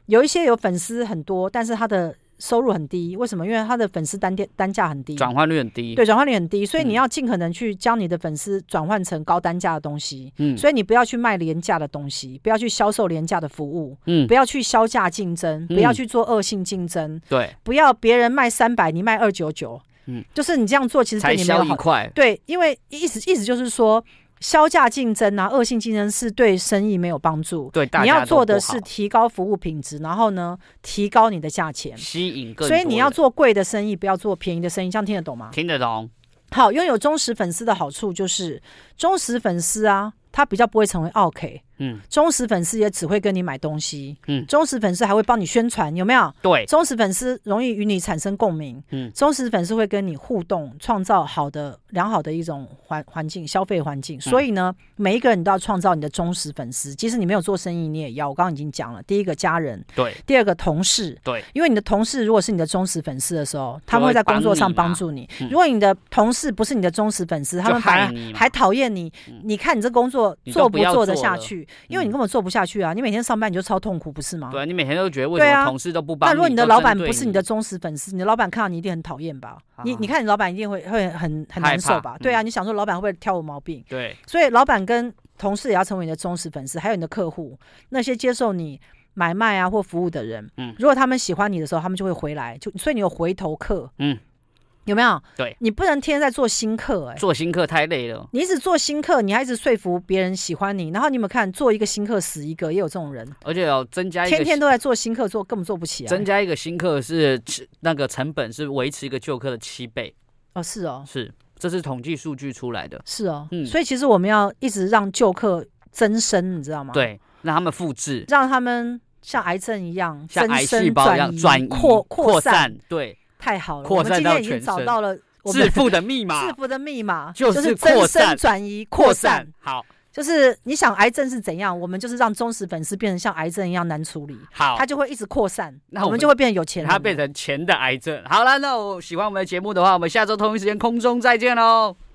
[SPEAKER 1] 有一些有粉丝很多，但是他的收入很低，为什么？因为他的粉丝单价单价很低，
[SPEAKER 2] 转换率很低。
[SPEAKER 1] 对转换率很低，所以
[SPEAKER 2] 嗯
[SPEAKER 1] 你要尽可能去将你的粉丝转换成高单价的东西。
[SPEAKER 2] 嗯
[SPEAKER 1] 所以你不要去卖廉价的东西，不要去销售廉价的服务，
[SPEAKER 2] 嗯
[SPEAKER 1] 不，要去销价竞争，不
[SPEAKER 2] 嗯
[SPEAKER 1] 要去做恶性竞争，
[SPEAKER 2] 对，
[SPEAKER 1] 不要别人卖三百，你卖二九九，
[SPEAKER 2] 嗯
[SPEAKER 1] 嗯，就是你这样做其实
[SPEAKER 2] 才
[SPEAKER 1] 对你没
[SPEAKER 2] 消
[SPEAKER 1] 有
[SPEAKER 2] 一
[SPEAKER 1] 好
[SPEAKER 2] 块。
[SPEAKER 1] 对，因为意思意思就是说，销价竞争啊，恶性竞争是对生意没有帮助。
[SPEAKER 2] 对，大
[SPEAKER 1] 你
[SPEAKER 2] 家
[SPEAKER 1] 要
[SPEAKER 2] 都
[SPEAKER 1] 做的
[SPEAKER 2] 不
[SPEAKER 1] 是
[SPEAKER 2] 好
[SPEAKER 1] 提高服务品质，然后呢，提高你的价钱。
[SPEAKER 2] 吸引更多
[SPEAKER 1] 所
[SPEAKER 2] 人，
[SPEAKER 1] 以你要做贵的生意，不要做便宜的生意，这样听得懂吗？
[SPEAKER 2] 听得懂。
[SPEAKER 1] 好，拥有忠实粉丝的好处就是，忠实粉丝啊，他比较不会成为 OK。
[SPEAKER 2] 嗯，
[SPEAKER 1] 忠实粉丝也只会跟你买东西，
[SPEAKER 2] 嗯
[SPEAKER 1] 嗯，忠实粉丝还会帮你宣传，有没有？
[SPEAKER 2] 对，
[SPEAKER 1] 忠实粉丝容易与你产生共鸣，
[SPEAKER 2] 嗯
[SPEAKER 1] 嗯，忠实粉丝会跟你互动，创造好的、良好的一种环环境、消费环境。所以呢，每一个人都要创造你的忠实粉丝，即使你没有做生意，你也要。我刚刚已经讲了，第一个家人，
[SPEAKER 2] 对，
[SPEAKER 1] 第二个同事，
[SPEAKER 2] 对，
[SPEAKER 1] 因为你的同事如果是你的忠实粉丝的时候，他们会在工作上帮助你
[SPEAKER 2] 你嘛嗯；
[SPEAKER 1] 如果你的同事不是你的忠实粉丝，他们
[SPEAKER 2] 害
[SPEAKER 1] 反
[SPEAKER 2] 你
[SPEAKER 1] 而
[SPEAKER 2] 嘛
[SPEAKER 1] 还讨厌你
[SPEAKER 2] 嗯。
[SPEAKER 1] 你看你这工作
[SPEAKER 2] 你都
[SPEAKER 1] 做
[SPEAKER 2] 不
[SPEAKER 1] 不
[SPEAKER 2] 要
[SPEAKER 1] 做得
[SPEAKER 2] 做
[SPEAKER 1] 下
[SPEAKER 2] 了嗯
[SPEAKER 1] 去？因为你根本做不下去啊，你每天上班你就超痛苦，不是吗？
[SPEAKER 2] 对啊，你每天都觉得为
[SPEAKER 1] 对
[SPEAKER 2] 什
[SPEAKER 1] 啊
[SPEAKER 2] 么同事都不帮
[SPEAKER 1] 那
[SPEAKER 2] 你？
[SPEAKER 1] 如果你的
[SPEAKER 2] 都
[SPEAKER 1] 老板
[SPEAKER 2] 针对
[SPEAKER 1] 不是你的忠实粉丝，你的老板看到你一定很讨厌吧？你你
[SPEAKER 2] 啊
[SPEAKER 1] 看你老板一定会会很很
[SPEAKER 2] 害
[SPEAKER 1] 难受
[SPEAKER 2] 怕嗯
[SPEAKER 1] 吧？对啊，你想说老板会不会挑我毛病？
[SPEAKER 2] 对
[SPEAKER 1] 所以老板跟同事也要成为你的忠实粉丝，还有你的客户，那些接受你买卖啊或服务的人，
[SPEAKER 2] 嗯
[SPEAKER 1] 如果他们喜欢你的时候，他们就会回来，就所以你有回头客，
[SPEAKER 2] 嗯，
[SPEAKER 1] 有没有？
[SPEAKER 2] 对，
[SPEAKER 1] 你不能天天在做新客、哎。
[SPEAKER 2] 做新客太累了，
[SPEAKER 1] 你一直做新客，你还一直说服别人喜欢你，然后你有没有看，做一个新客死一个，也有这种人，
[SPEAKER 2] 而且要增加一个
[SPEAKER 1] 天天都在做新客，做根本做不起来
[SPEAKER 2] 增。加一个新客是那个成本是维持一个旧客的七倍，
[SPEAKER 1] 哦，是哦，
[SPEAKER 2] 是这是统计数据出来的，
[SPEAKER 1] 是哦，
[SPEAKER 2] 嗯
[SPEAKER 1] 所以其实我们要一直让旧客增生，你知道吗？，
[SPEAKER 2] 对，让他们复制，
[SPEAKER 1] 让他们像癌症一样
[SPEAKER 2] 像
[SPEAKER 1] 增
[SPEAKER 2] 癌细
[SPEAKER 1] 生
[SPEAKER 2] 胞一样转
[SPEAKER 1] 移、
[SPEAKER 2] 移
[SPEAKER 1] 扩
[SPEAKER 2] 扩
[SPEAKER 1] 散，
[SPEAKER 2] 散，对，
[SPEAKER 1] 太好了！
[SPEAKER 2] 扩
[SPEAKER 1] 我们
[SPEAKER 2] 散
[SPEAKER 1] 今
[SPEAKER 2] 到
[SPEAKER 1] 天已经
[SPEAKER 2] 全
[SPEAKER 1] 找
[SPEAKER 2] 身
[SPEAKER 1] 到了我们
[SPEAKER 2] 致 富的密码
[SPEAKER 1] 致富的密码，
[SPEAKER 2] 就
[SPEAKER 1] 就是
[SPEAKER 2] 扩
[SPEAKER 1] 增
[SPEAKER 2] 散
[SPEAKER 1] 生、转移、扩散。，
[SPEAKER 2] 好
[SPEAKER 1] 就是你想癌症是怎样，我们就是让忠实粉丝变成像癌症一样难处理，
[SPEAKER 2] 好
[SPEAKER 1] 它。就会一直扩散，
[SPEAKER 2] 那
[SPEAKER 1] 我
[SPEAKER 2] 我们
[SPEAKER 1] 们就会变有钱人了。
[SPEAKER 2] 它变成钱的癌症。好了，那我喜欢我们的节目的话，我们下周同一时间空中再见喽。哦